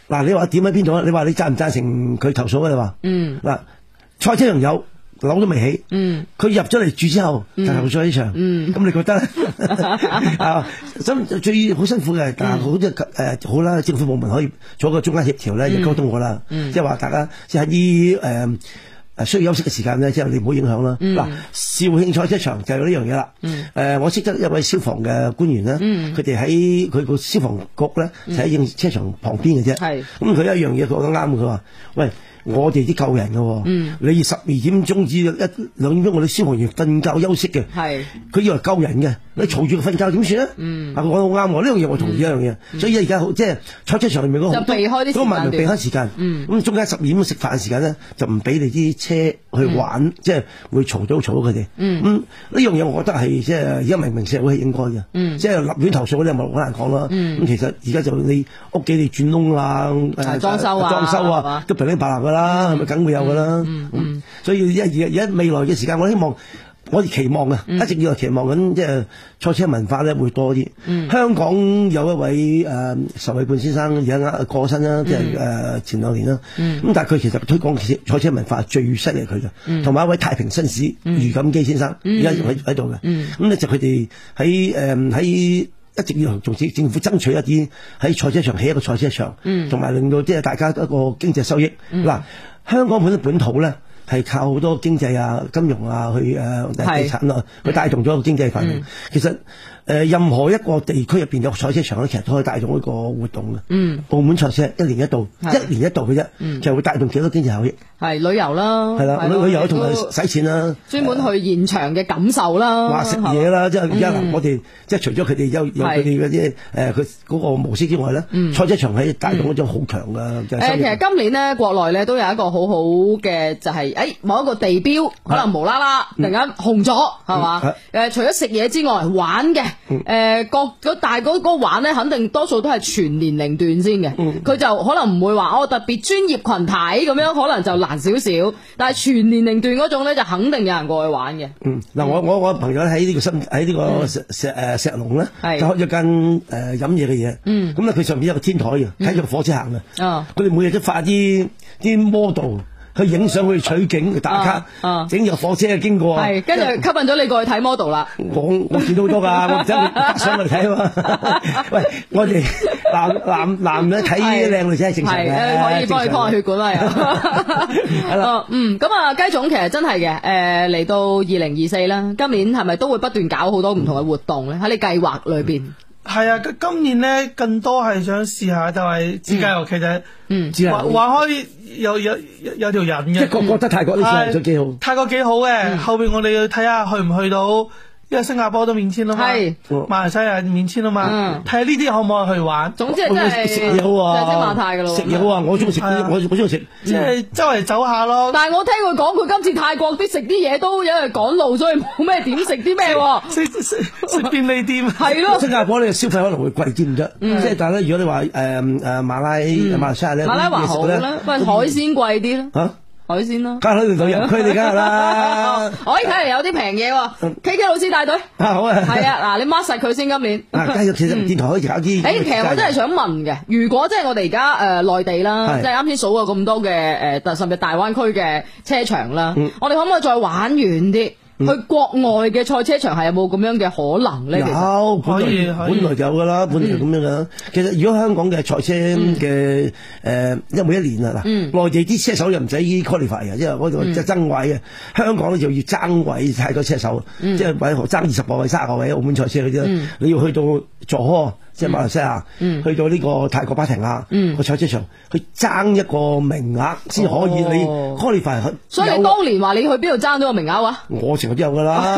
嗱，你話點喺邊度啊？你話你贊唔贊成佢投訴啊？你話？
嗯
嗱，賽車場有樓都未起，
嗯，
佢入咗嚟住之後就投賽車場，
嗯
咁你 覺得 呢啊？咁最好辛苦嘅，
嗯
但係好即誒好啦，政府部門可以做一個中間協調咧，亦溝通過啦，
嗯
即係話大家即係喺啲誒。誒需要休息嘅時間咧，即係你唔好影響啦。
嗯
嗱、肇慶賽車場就有呢樣嘢啦。誒、
嗯
呃我識得一位消防嘅官員咧，
嗯
佢哋喺佢個消防局咧，就喺應車場旁邊嘅啫。
係
咁佢一樣嘢佢講得啱嘅，佢話：喂，我哋啲救人嘅、喎，
嗯
你十二點鐘至一兩點鐘，我哋消防員瞓覺休息嘅，
係
佢以為救人嘅，你嘈住佢瞓覺點算咧？
嗯
啊，佢講得好啱喎，呢樣嘢我同意一樣嘢，所以而家好即係賽車場裏面嗰個
就避開啲時
嗰
間
個文明避
段
開時間，
嗯
咁中間十二點食飯時間咧，就唔俾你啲車去玩，即係會嘈到嘈到佢哋。
嗯
咁呢樣嘢我覺得係即係而家文明社會係應該嘅，
嗯
即係立亂投訴嗰啲咪好難講啦。
嗯
咁其實而家就你屋企你轉窿啊，
啊
誒
裝修啊
裝修
係嘛嗯
啊，都噼里啪啦噶啦，係咪梗會有噶啦？咁所以而家而家未來嘅時間，我希望。我哋期望啊，一
嗯
直以來期望緊，即係賽車文化咧會多啲。
嗯
香港有一位誒、呃、仇偉半先生而家啱過咗身啦，即
嗯
係誒前兩年啦。咁、但係佢其實推廣賽車文化最犀利佢嘅，同埋、一位太平紳士余錦基先生，而家仲喺喺度嘅。咁咧就佢哋喺誒喺。一直要同政政府爭取一啲喺賽車場起一個賽車場，
嗯
同埋令到即係大家一個經濟收益。嗱、香港本本土咧係靠好多經濟啊、金融啊去誒、呃、地
係嗯
產啊，佢帶動咗個經濟繁榮。其實誒、呃任何一個地區入邊有賽車場咧，其實都可以帶動一個活動嘅。
嗯
澳門賽車一年一度，
係
一年一度嘅啫，
嗯哦
就會帶動幾多經濟效益。
係旅遊啦，
係啦，旅
咯
旅遊同埋
都
使錢啦。
專門去現場嘅感受啦，
話食
係嘛
嘢啦，即係而家嗱
嗯，
我哋即係除咗佢哋有有
係嗯
佢哋嗰啲誒佢嗰個模式之外咧，賽車場係帶動一種好強嘅嘅
誒，
收
其實
益。
今年咧，國內咧都有一個好好嘅，就係、誒某一個地標，可能無啦啦突然間紅咗，係嘛？誒、除咗食嘢之外，玩嘅誒、各嗰但係嗰嗰玩咧，肯定多數都係全年齡段先嘅，佢、就可能唔會話我哦特別專業群體咁樣，可能就難少少，但係全年齡段嗰種咧，就肯定有人過去玩嘅。
嗯，嗱，我我我朋友喺呢個深喺呢個石石誒石龍咧，
嗯係
就開咗間誒飲嘢嘅嘢。
嗯
咁咧佢上面有個天台嘅，睇住個火車行嘅。
啊，
佢哋每日都發啲啲 model 去影相去取景去打
啊
卡
啊，
整入火車嘅經過啊。
係，跟住吸引咗你過去睇 model 啦。
我我見到好多 㗎，我唔使拍相嚟睇啊嘛。喂，我哋男男男人睇呢啲靚女仔係正常
係
嘅，
誒可以幫
正
你
常嘅
拖下血管啦， 又哦嗯，咁啊，雞總其實真係嘅，誒嚟到二零二四啦，今年係咪都會不斷搞好多唔同嘅活動咧？喺你計劃裏邊，
係啊，今今年咧更多係想試下就係自駕遊，其實
嗯
自駕遊
玩玩開有有有有條人嘅，
即係覺覺得泰國呢次係做幾好嗯
係泰國幾好嘅，後邊我哋要睇下去唔去到，因為新加坡都免簽啦啊嘛，
係
哦
嗯
馬來西亞免簽啦啊嘛，睇下呢啲可唔可以去玩。
總之係真係
食嘢好啊，
就係即馬泰㗎咯
食嘢好啊，我中意食，
係啊
我我中意食，
即
嗯
係
嗯
周圍走下咯。
但係我聽佢講，佢今次泰國啲食啲嘢都有人趕路，所以冇咩點食啲咩喎。
食食食便利店
係咯，
新加坡咧消費可能會貴啲唔得，
嗯
即係但係咧，如果你話誒誒嗯馬拉馬來西亞咧，嗯
馬拉華好
啊
啦，喂，海鮮貴啲啦，
嚇，
海鮮啦。
梗係旅遊區你梗係 啦，
嗯
我睇嚟有啲平嘢喎，K K 老師帶隊，
啊好啊，
係啊，嗱你 mark 實佢先今年。嗯
啊，繼續其實電台可以搞啲，
誒，其實我真係想問嘅，如果即係我哋而家誒內地啦，
係
即係啱先數過咁多嘅誒，甚至大灣區嘅車場啦，
嗯
我哋可唔可以再玩遠啲？去國外嘅賽車場係有冇咁樣嘅可能咧？其實
有本來本來就有噶啦，
嗯
本來就咁樣噶。其實如果香港嘅賽車嘅誒，因為每一年啊
嗯
嗱，內地啲車手又唔使 qualify 嘅，因為嗰度
嗯
即係爭位啊。香港咧就要爭位，太多車手，
嗯
即係位爭二十個位、卅個位，澳門賽車嗰啲
嗯
啦，你要去到佐科，即係馬來西亞，
嗯
去到呢個泰國芭提雅
嗯
個賽車場，去爭一個名額先可以你
哦
qualify 去。
所以你
有
當年話你去邊度爭到個名額啊？
我成日都有噶 啦，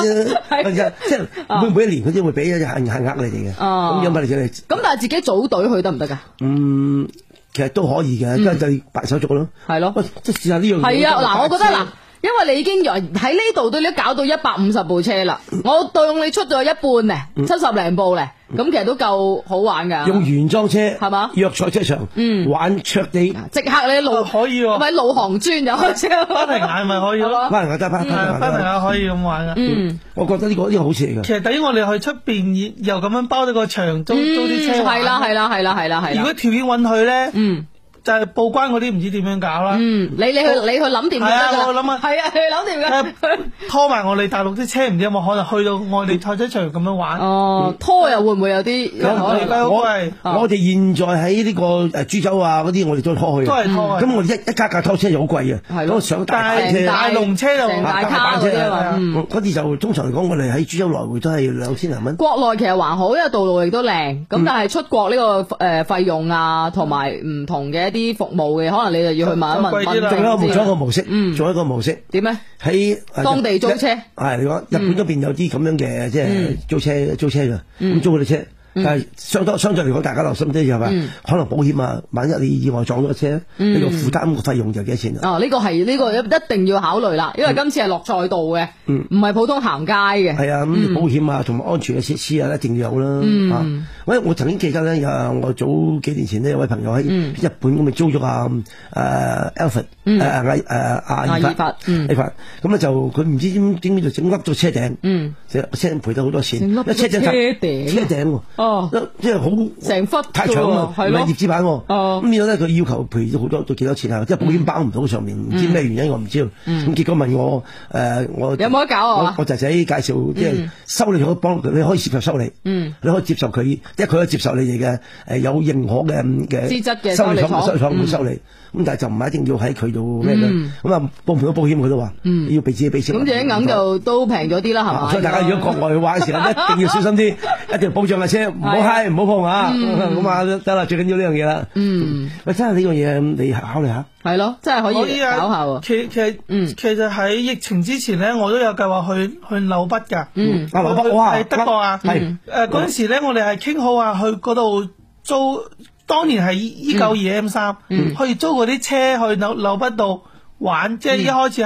即係即係每每一年佢都會俾一限限額你哋嘅，
啊哦
咁有乜你哋？
咁但係自己組隊去得唔得㗎？
嗯，其實都可以嘅，跟住就白手續咯，
嗯係咯，
即係試下呢樣嘢。
係啊，嗱，我覺得嗱。因為你已經喺呢度都已經搞到一百五十部車啦，我當你出咗一半咧，
嗯
七十零部咧，咁其實都夠好玩㗎。
用原裝車係
啊嘛，
約賽車場，
嗯
玩桌地，
即刻你路
可以喎，
咪路行專就開始。
巴提雅咪可以咯，
巴提雅得巴提雅得
巴提雅可以咁玩嗯啊。
嗯，
我覺得呢個呢個好事嚟
其
嘅。
實等於我哋去出邊又咁樣包咗個場，租租啲車玩
嗯係啦係啦係啦係啦啊係
如
啦。
果條件允許咧，
嗯，
就係報關嗰啲唔知點樣搞啦。
嗯，你你去你去諗掂佢
係啊，
得
我
㗎啦。
諗啊，
係啊，你諗掂㗎。
拖埋我哋大陸啲車，唔知有冇可能去到我哋賽車場咁樣玩。
哦，拖又會唔會有啲有可能？
我
啊
我哋現在喺呢個誒株洲啊嗰啲，我哋都拖去嘅，
都係
啊
拖去
咁我哋一一架架拖車就好貴嘅，啊咁上大卡車、啊
大大龍車就
成大卡嗰啲啊嘛嗯
嗰啲就通常嚟講，我哋喺株洲來回都係兩千零蚊。
國內其實還好，因為道路亦都靚，咁但係出國呢個誒費用啊，同埋唔同嘅一啲服務嘅，可能你就要去問一問問
仲有
政
仲
府
有一個模式，仲有一個模式
嗯點咧？
喺呃
當地租車
日係你講日本嗰邊有啲咁樣嘅，即係
嗯
租車租車嘅，
嗯
咁租佢哋車。
嗯
但係相當相對嚟講，大家留心啲就係話
嗯，
可能保險啊，萬一你意外撞咗個車，
嗯
你個負擔個費用就幾多錢啊？
哦，呢個係呢個一一定要考慮啦，因為今次係落賽道嘅，
嗯
唔係普通行街嘅。
係啊，咁保險啊，同埋安全嘅設施啊，一定要有啦。
嗯
啊，喂，我曾經記得咧，有我早幾年前呢，有位朋友喺日本咁咪租咗啊誒 Alfred 誒誒
嗯
誒阿
阿
爾
爾
法
法嗯
爾法，咁咧就佢唔知點點就整凹咗車頂，
嗯，
就車頂賠咗好多錢，
整凹咗
一頂
車頂
車頂喎，
哦，
即係好
成忽
太長啊，
係
唔係
咯
葉。子板喎，
哦
咁變咗咧佢要求賠咗好多到幾多錢啊，即係保險包唔到上面，唔知咩原因我唔知道，
嗯
咁結果問我誒我
有冇得搞啊
我我仔仔介紹即係
嗯
收你可以幫佢，你可以接受收你，
嗯
你可以接受佢，即係佢可以接受你哋嘅誒有認可嘅嗯嘅
資質嘅
修理
修理廠
廠，修理廠會
嗯
收你，咁但係就唔係一定要喺佢度咩嘅
嗯，
咁啊報唔到保險佢都話，
嗯
要俾自己俾錢，
咁就一硬就都平咗啲啦，係
啊
嘛？
所以大家如果國外去玩嘅時 候，一定要小心啲，一定要保障架車，唔好
係啊
嗨，唔好碰啊！
嗯
咁啊得啦，最緊要呢樣嘢啦。
嗯，
喂，真係呢樣嘢你考慮下。
係咯，真係可
可
以
以
搞下
啊
喎。，嗯
其其實其實喺疫情之前咧，我都有計劃去去紐北㗎。
嗯
啊紐北哇
係德國啊，
係
誒嗰陣時咧，我哋係傾好啊，去嗰度租，當年係 E 九二 M 三，
嗯
可以租嗰啲車去紐紐北度玩，即係一開始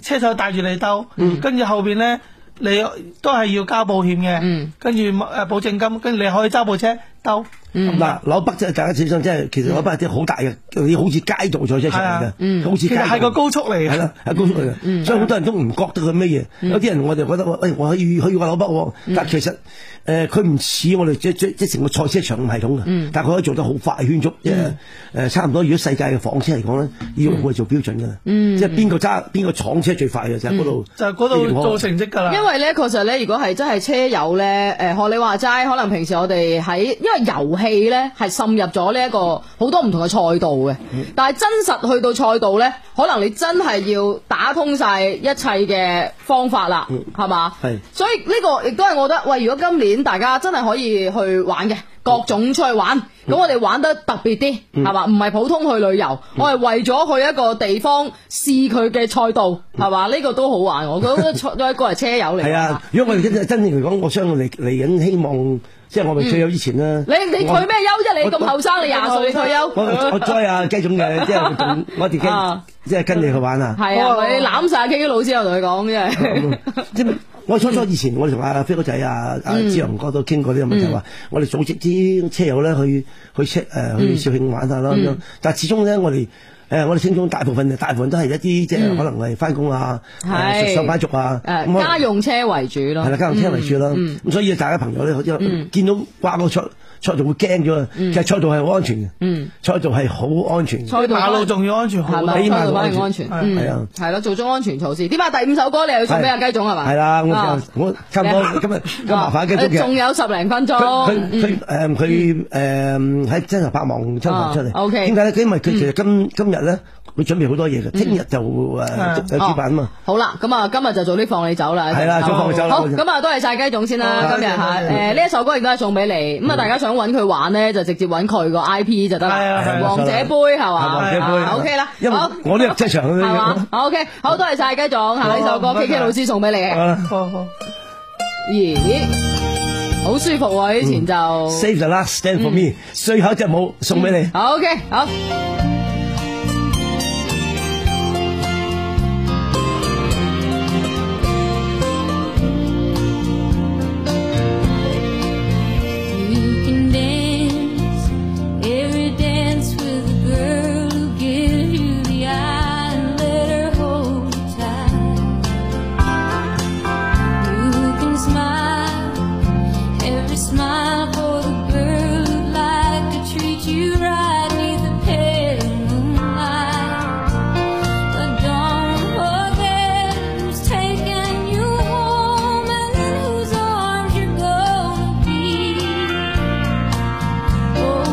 係車手帶住你兜，跟住後邊咧。你都係要交保險嘅，
嗯
跟住誒保證金，跟住你可以揸部車兜。啊
嗯
嗱，紐啊北即係大家小心，即係其實紐北係啲好大嘅，好似街道賽車場嚟
係
嘅
啊，
佢好似
其
街
實
道
係個高速嚟
係
嘅。嗯
啦，係高速嚟嘅，所以好多人都唔覺得佢咩嘢。有啲人我哋覺得，喂，我去去過紐北喎，
嗯
但其實誒佢唔似我哋即即即成個賽車場咁系統
嗯
嘅，但係佢可以做得好快圈速，因為誒呃差唔多。如果世界嘅房車嚟講咧，要
嗯
用佢做標準㗎啦，即係邊個揸邊個廠車最快嘅就係嗰度，
嗯就係嗰度做成績㗎啦。
因為咧，確實咧，如果係真係車友咧，誒、學你話齋，可能平時我哋喺因為遊戲咧係滲入咗呢一個好多唔同嘅賽道嘅，但係真實去到賽道咧，可能你真係要打通晒一切嘅方法啦，係嘛、
嗯係嗯
所以呢個亦都係我覺得，喂，如果今年大家真係可以去玩嘅，各種出去玩。咁我哋玩得特別啲，
嗯
係嘛？唔係普通去旅遊，
嗯
我係為咗去一個地方試佢嘅賽道，係嘛？呢個都好玩，我 覺得賽都係一個係車友嚟。
嗯係啊，如果我哋真真正嚟講，我相信嚟嚟緊希望，即係我
嗯
未退休之前啦。
你你退咩休
我
啫？你咁後生，你廿歲你退休，
我我栽啊雞總 嘅，即係同我哋跟
啊，
即係跟你去玩啊。
係啊，你攬晒 K 老師，我同你講真係。
即係我初初以前，我哋同阿飛哥仔啊、阿
嗯
志雄哥都傾過呢個問題，
嗯
話我哋組織啲車友咧去去車誒去
嗯
肇慶玩下啦咁樣
嗯。
但係始終咧，我哋誒我哋青中大部分大部分都係一啲即係
嗯
可能係翻工啊、
係
誒上班族啊，
誒，
咁
呃家用車為主咯，
係啦，家用車為主啦。
嗯嗯
咁所以大家朋友咧，因為
嗯
見到掛個賽賽道會驚咗啊。其實賽道係好安全嘅，
嗯，
賽道係好安全嘅。
賽道馬路
仲要安全
嗯係嘛，
比馬
賽
路
道反而安全，嗯
係啊。，
係咯，做足安全措施。點啊？第五首歌你又要送俾阿雞總係嘛？
係啦，我
啊
就我差唔多今日咁麻煩繼續
誒
嘅。
仲有十零分
佢
鐘，
佢誒
嗯
佢誒喺真係百忙抽頭出嚟
啊，OK 嗯
點解咧？因為佢其實今今日咧，佢準備好多嘢嘅，聽日就誒有主辦啊嘛。
哦好啦，咁啊，今日就早啲放你走啦。
係啦早放你走啦
好，
我就
咁啊，多謝晒雞總先啦，
好嗯
今日嚇
多謝
誒呢一首歌亦都係送俾你。咁啊，大家想揾佢玩咧，就直接揾佢個 I P 就得
係啊
啦
係啊。
王者杯係嘛？
王者杯係啊
O K 啦，
因為
好
我都入職場
哦係
啦
嘛？O K，好多謝晒雞總，係
啊
咪呢首歌
好
K
拜
K
拜
老師送俾你嘅
好。啦
咦，好舒服喎！以前就。嗯
，Save the last stand for me，最後一隻舞送俾你。
好 OK，好。
You can dance every dance with a girl who gives you the eye and let her hold you tight. You can smile every smile for the girl who like to treat you right, neither pay Oh,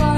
Oh,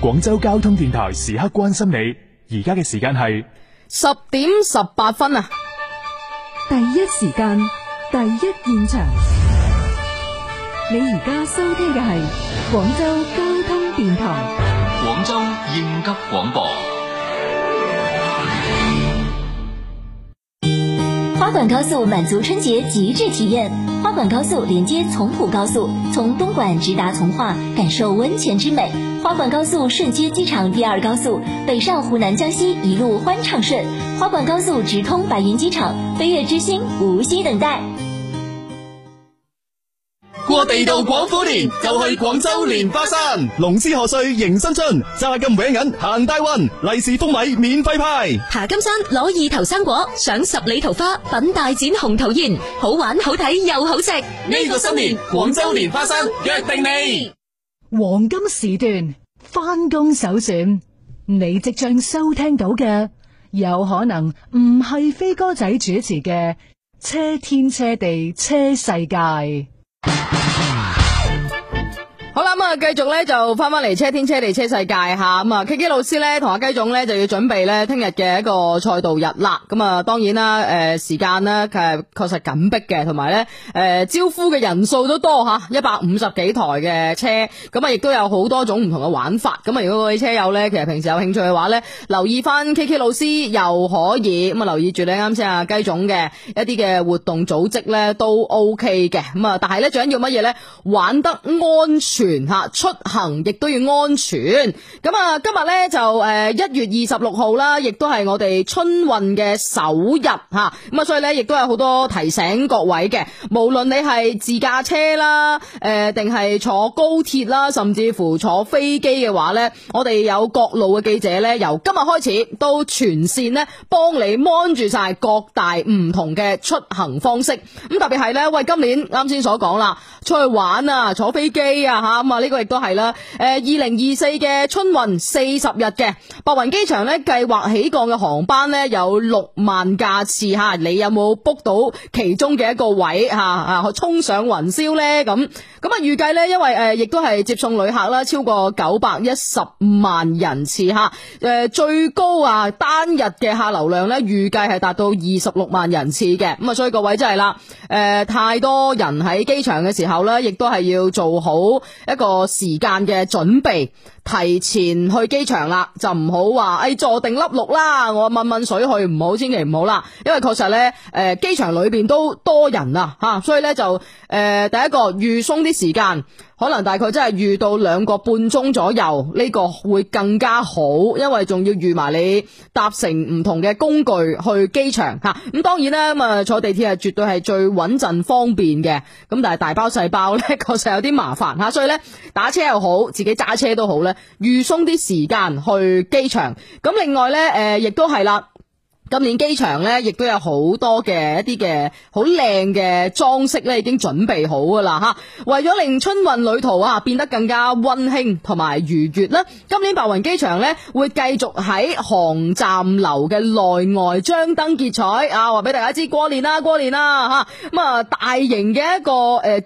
廣州交通電台時刻關心你。而家嘅時間係
十點十八分啊！
第一時間，第一現場。你而家收聽嘅係廣州交通電台。
廣州應急廣播。
花莞高速满足春节极致体验。花莞高速连接从普高速，从东莞直达从化，感受温泉之美。花莞高速顺接机场第二高速，北上湖南江西一路欢畅顺。花莞高速直通白云机场，飞跃之星无需等待。
过地道广府年就去广州莲花山，龙狮贺岁迎新春，揸金搲银行大运，利是封米免费派。
爬金山攞意頭生果，賞十里桃花，品大展紅桃宴，好玩好睇又好食。呢
個新年廣州蓮花山約定你。
黄金时段翻工首选，你即将收听到嘅有可能唔系飞哥仔主持嘅《车天车地车世界》。
好啦，咁啊，繼續咧就翻翻嚟車天車地車世界吓，咁啊，K K 老師咧同阿雞總咧就要準備咧聽日嘅一個賽道日啦。咁啊，當然啦，誒、時間咧誒確實緊迫嘅，同埋咧誒招呼嘅人數都多吓，一百五十幾台嘅車，咁啊亦都有好多種唔同嘅玩法。咁啊，如果各位車友咧，其實平時有興趣嘅話咧，留意翻 K K 老師又可以咁啊，留意住咧啱先阿雞總嘅一啲嘅活動組織咧都 O K 嘅。咁啊，但係咧最緊要乜嘢咧？玩得安全吓，出行亦都要安全。咁啊，今日咧就誒一月二十六號啦，亦都係我哋春運嘅首日吓。咁啊，所以咧亦都有好多提醒各位嘅，無論你係自駕車啦，誒定係坐高鐵啦，甚至乎坐飛機嘅話咧，我哋有各路嘅記者咧，由今日開始到全線咧，幫你 mon 住晒各大唔同嘅出行方式。咁特別係咧，喂，今年啱先所講啦，出去玩啊，坐飛機啊，吓咁啊，呢個亦都係啦。誒，二零二四嘅春運四十日嘅白雲機場咧，計劃起降嘅航班咧有六萬架次吓，你有冇 book 到其中嘅一個位吓啊？衝上雲霄咧咁咁啊，預計咧，因為誒亦都係接送旅客啦，超過九百一十萬人次吓，誒最高啊單日嘅客流量咧，預計係達到二十六萬人次嘅。咁啊，所以各位真係啦，誒、太多人喺機場嘅時候咧，亦都係要做好一個時間嘅準備。提前去機場啦，就唔好話誒坐定粒六啦，我問問水去唔好，千祈唔好啦，因為確實咧誒、呃、機場裏邊都多人啊嚇，所以咧就誒、呃第一個預鬆啲時間，可能大概真係預到兩個半鐘左右，呢、個會更加好，因為仲要預埋你搭乘唔同嘅工具去機場嚇。咁、當然啦，咁啊坐地鐵係絕對係最穩陣方便嘅，咁但係大包細包咧確實有啲麻煩嚇，所以咧打車又好，自己揸車都好咧，預鬆啲時間去機場。咁另外咧，誒、亦都係啦。今年機場咧，亦都有好多嘅一啲嘅好靚嘅裝飾咧，已經準備好噶啦嚇。為咗令春運旅途啊變得更加温馨同埋愉悅咧，今年白雲機場咧會繼續喺航站樓嘅內外張燈結彩啊！話俾大家知，過年啦，過年啦嚇！咁啊，大型嘅一個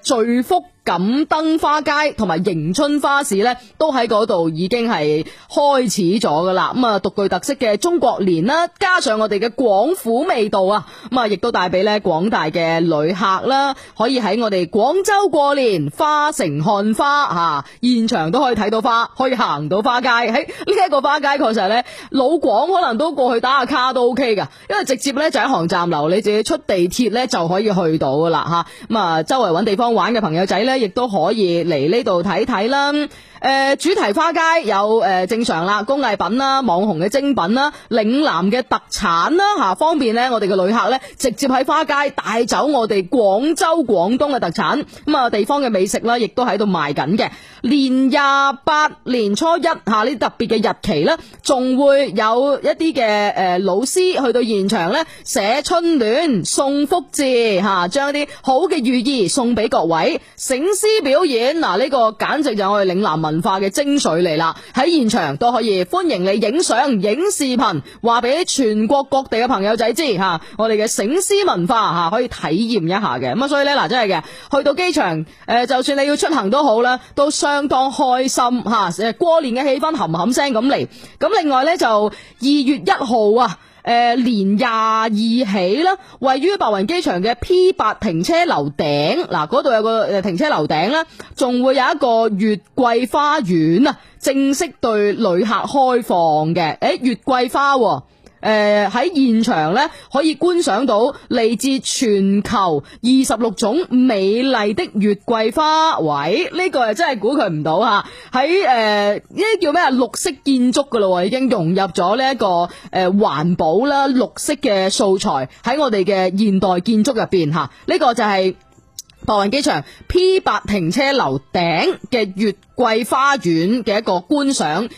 誒聚福。錦燈花街同埋迎春花市呢，都喺嗰度已經係開始咗噶啦。咁啊，獨具特色嘅中國年啦，加上我哋嘅廣府味道啊，咁啊，亦都帶俾呢廣大嘅旅客啦，可以喺我哋廣州過年，花城看花嚇、啊，現場都可以睇到花，可以行到花街。喺呢一個花街確實呢，老廣可能都過去打下卡都 OK 噶，因為直接呢就喺航站樓，你自己出地鐵呢就可以去到噶啦嚇。咁啊，周圍揾地方玩嘅朋友仔呢。咧，亦都可以嚟呢度睇睇啦。誒、呃主題花街有誒、正常啦，工藝品啦、網紅嘅精品啦、嶺南嘅特產啦嚇、方便呢我哋嘅旅客呢直接喺花街帶走我哋廣州廣東嘅特產，咁啊地方嘅美食啦，亦都喺度賣緊嘅。年廿八、年初一嚇呢啲特別嘅日期呢，仲會有一啲嘅誒老師去到現場呢寫春聯、送福字嚇、將啲好嘅寓意送俾各位。醒獅表演嗱，呢、個簡直就係我哋嶺南文。文化嘅精髓嚟啦。喺現場都可以歡迎你影相、影視頻，話俾全國各地嘅朋友仔知吓，我哋嘅醒獅文化吓可以體驗一下嘅。咁啊，所以咧嗱，真係嘅，去到機場誒、呃就算你要出行都好啦，都相當開心吓，誒過年嘅氣氛冚冚聲咁嚟。咁另外咧就二月一號啊。誒、年廿二起啦，位於白雲機場嘅 P 八停車樓頂，嗱嗰度有個誒停車樓頂啦，仲會有一個月季花園啊，正式對旅客開放嘅。誒、月季花喎、誒、喺現場咧可以觀賞到嚟自全球二十六種美麗的月桂花。喂，呢、個啊真係估佢唔到嚇。喺誒呢啲叫咩啊？綠色建築噶咯喎，已經融入咗呢一個誒、環保啦、綠色嘅素材喺我哋嘅現代建築入邊嚇。呢、個就係、白雲機場 P 八停車樓頂嘅月桂花園嘅一個觀賞，二月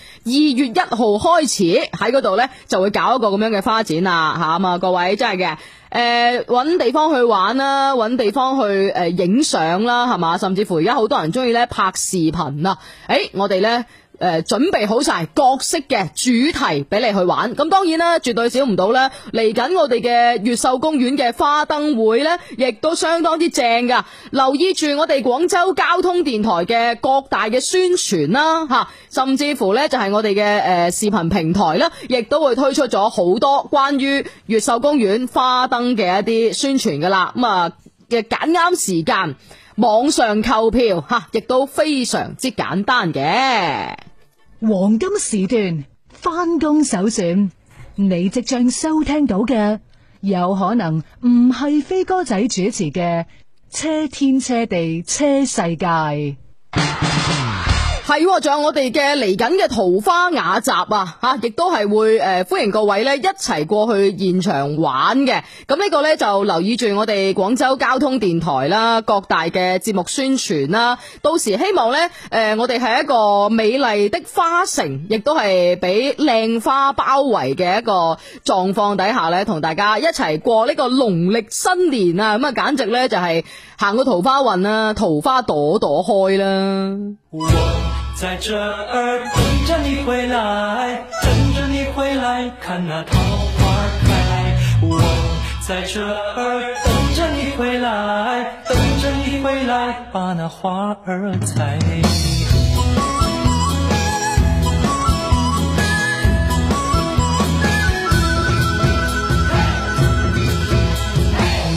一號開始喺嗰度呢就會搞一個咁樣嘅花展啦，吓咁啊各位真係嘅。誒揾、地方去玩啦，揾地方去誒影相啦，係嘛？甚至乎而家好多人中意咧拍視頻啊！誒、我哋呢。誒、呃準備好晒各式嘅主題俾你去玩，咁當然啦，絕對少唔到啦。嚟緊我哋嘅呃越秀公園嘅花燈會呢，亦都相當之正噶。留意住我哋廣州交通電台嘅呃各大嘅宣傳啦，嚇、甚至乎呢，就係、我哋嘅呃誒視頻平台啦，亦都會推出咗好多關於越秀公園花燈嘅一啲宣傳噶啦。咁、啊嘅揀啱時間。網上購票嚇，亦都非常之簡單嘅。
黄金时段翻工首选，你即将收听到嘅有可能唔系飞哥仔主持嘅《车天车地车世界》。
係喎，仲有我哋嘅嚟緊嘅桃花雅集啊，吓亦都係會诶、呃、欢迎各位咧一齊過去現場玩嘅。咁呢個呢，就留意住我哋廣州交通電台啦，各大嘅節目宣傳啦。到時希望呢，诶、我哋係一個美麗的花城，亦都係俾靚花包圍嘅一個狀況底下呢，同大家一齊過呢個農曆新年啊！咁啊，簡直呢，就係行個桃花運啦，桃花朵朵開啦。
我在这儿等着你回来，等着你回来，看那桃花开。我在这儿等着你回来，等着你回来，把那花儿采。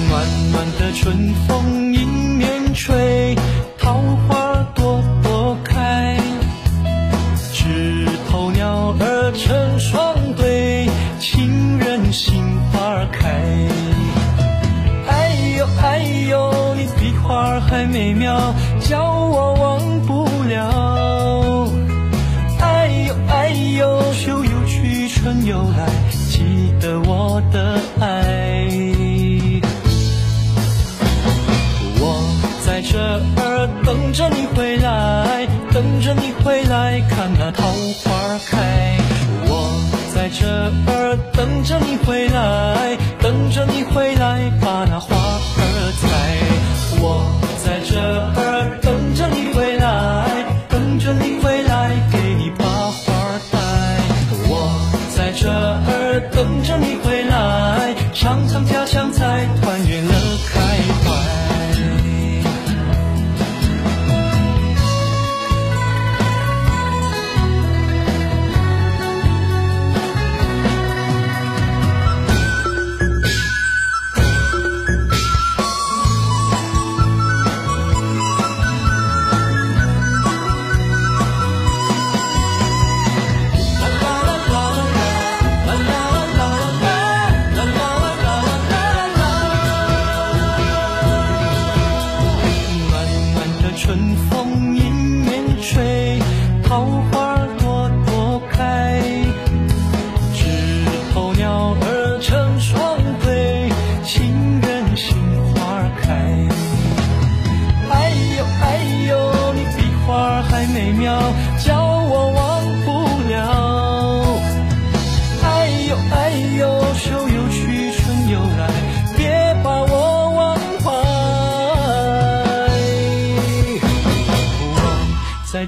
暖暖的春风迎面吹，桃花朵朵开，枝头鸟儿成双对，情人心花儿开。哎呦哎呦，你比花儿还美妙，叫我忘不了。哎呦哎呦，秋又去春又来，记得我的爱。我在这儿等着你回来，等着你回来，看那桃花开。我在这儿等着你回来，等着你回来，把那花儿采。我在这儿等着你回来，等着你回来，给你把花儿戴。我在这儿等着你回来，尝尝家乡菜，团圆乐开怀。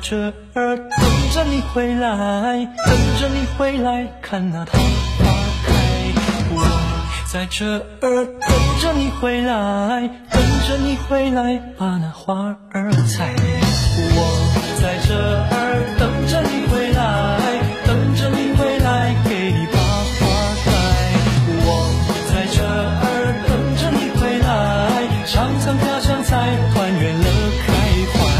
着耳等着你回来，等着你回来，看那桃花开。我在这儿等着你回来，等着你回来，把那花儿采。我在这儿等着你回来，等着你回来，给你把花开。我在这儿等着你回来，上苍家乡菜团圆乐开怀。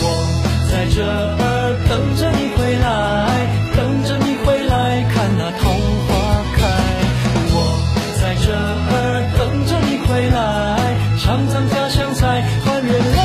我在这儿等着你回来，等着你回来，看那桃花开。我在这儿等着你回来，尝尝家乡菜，团圆。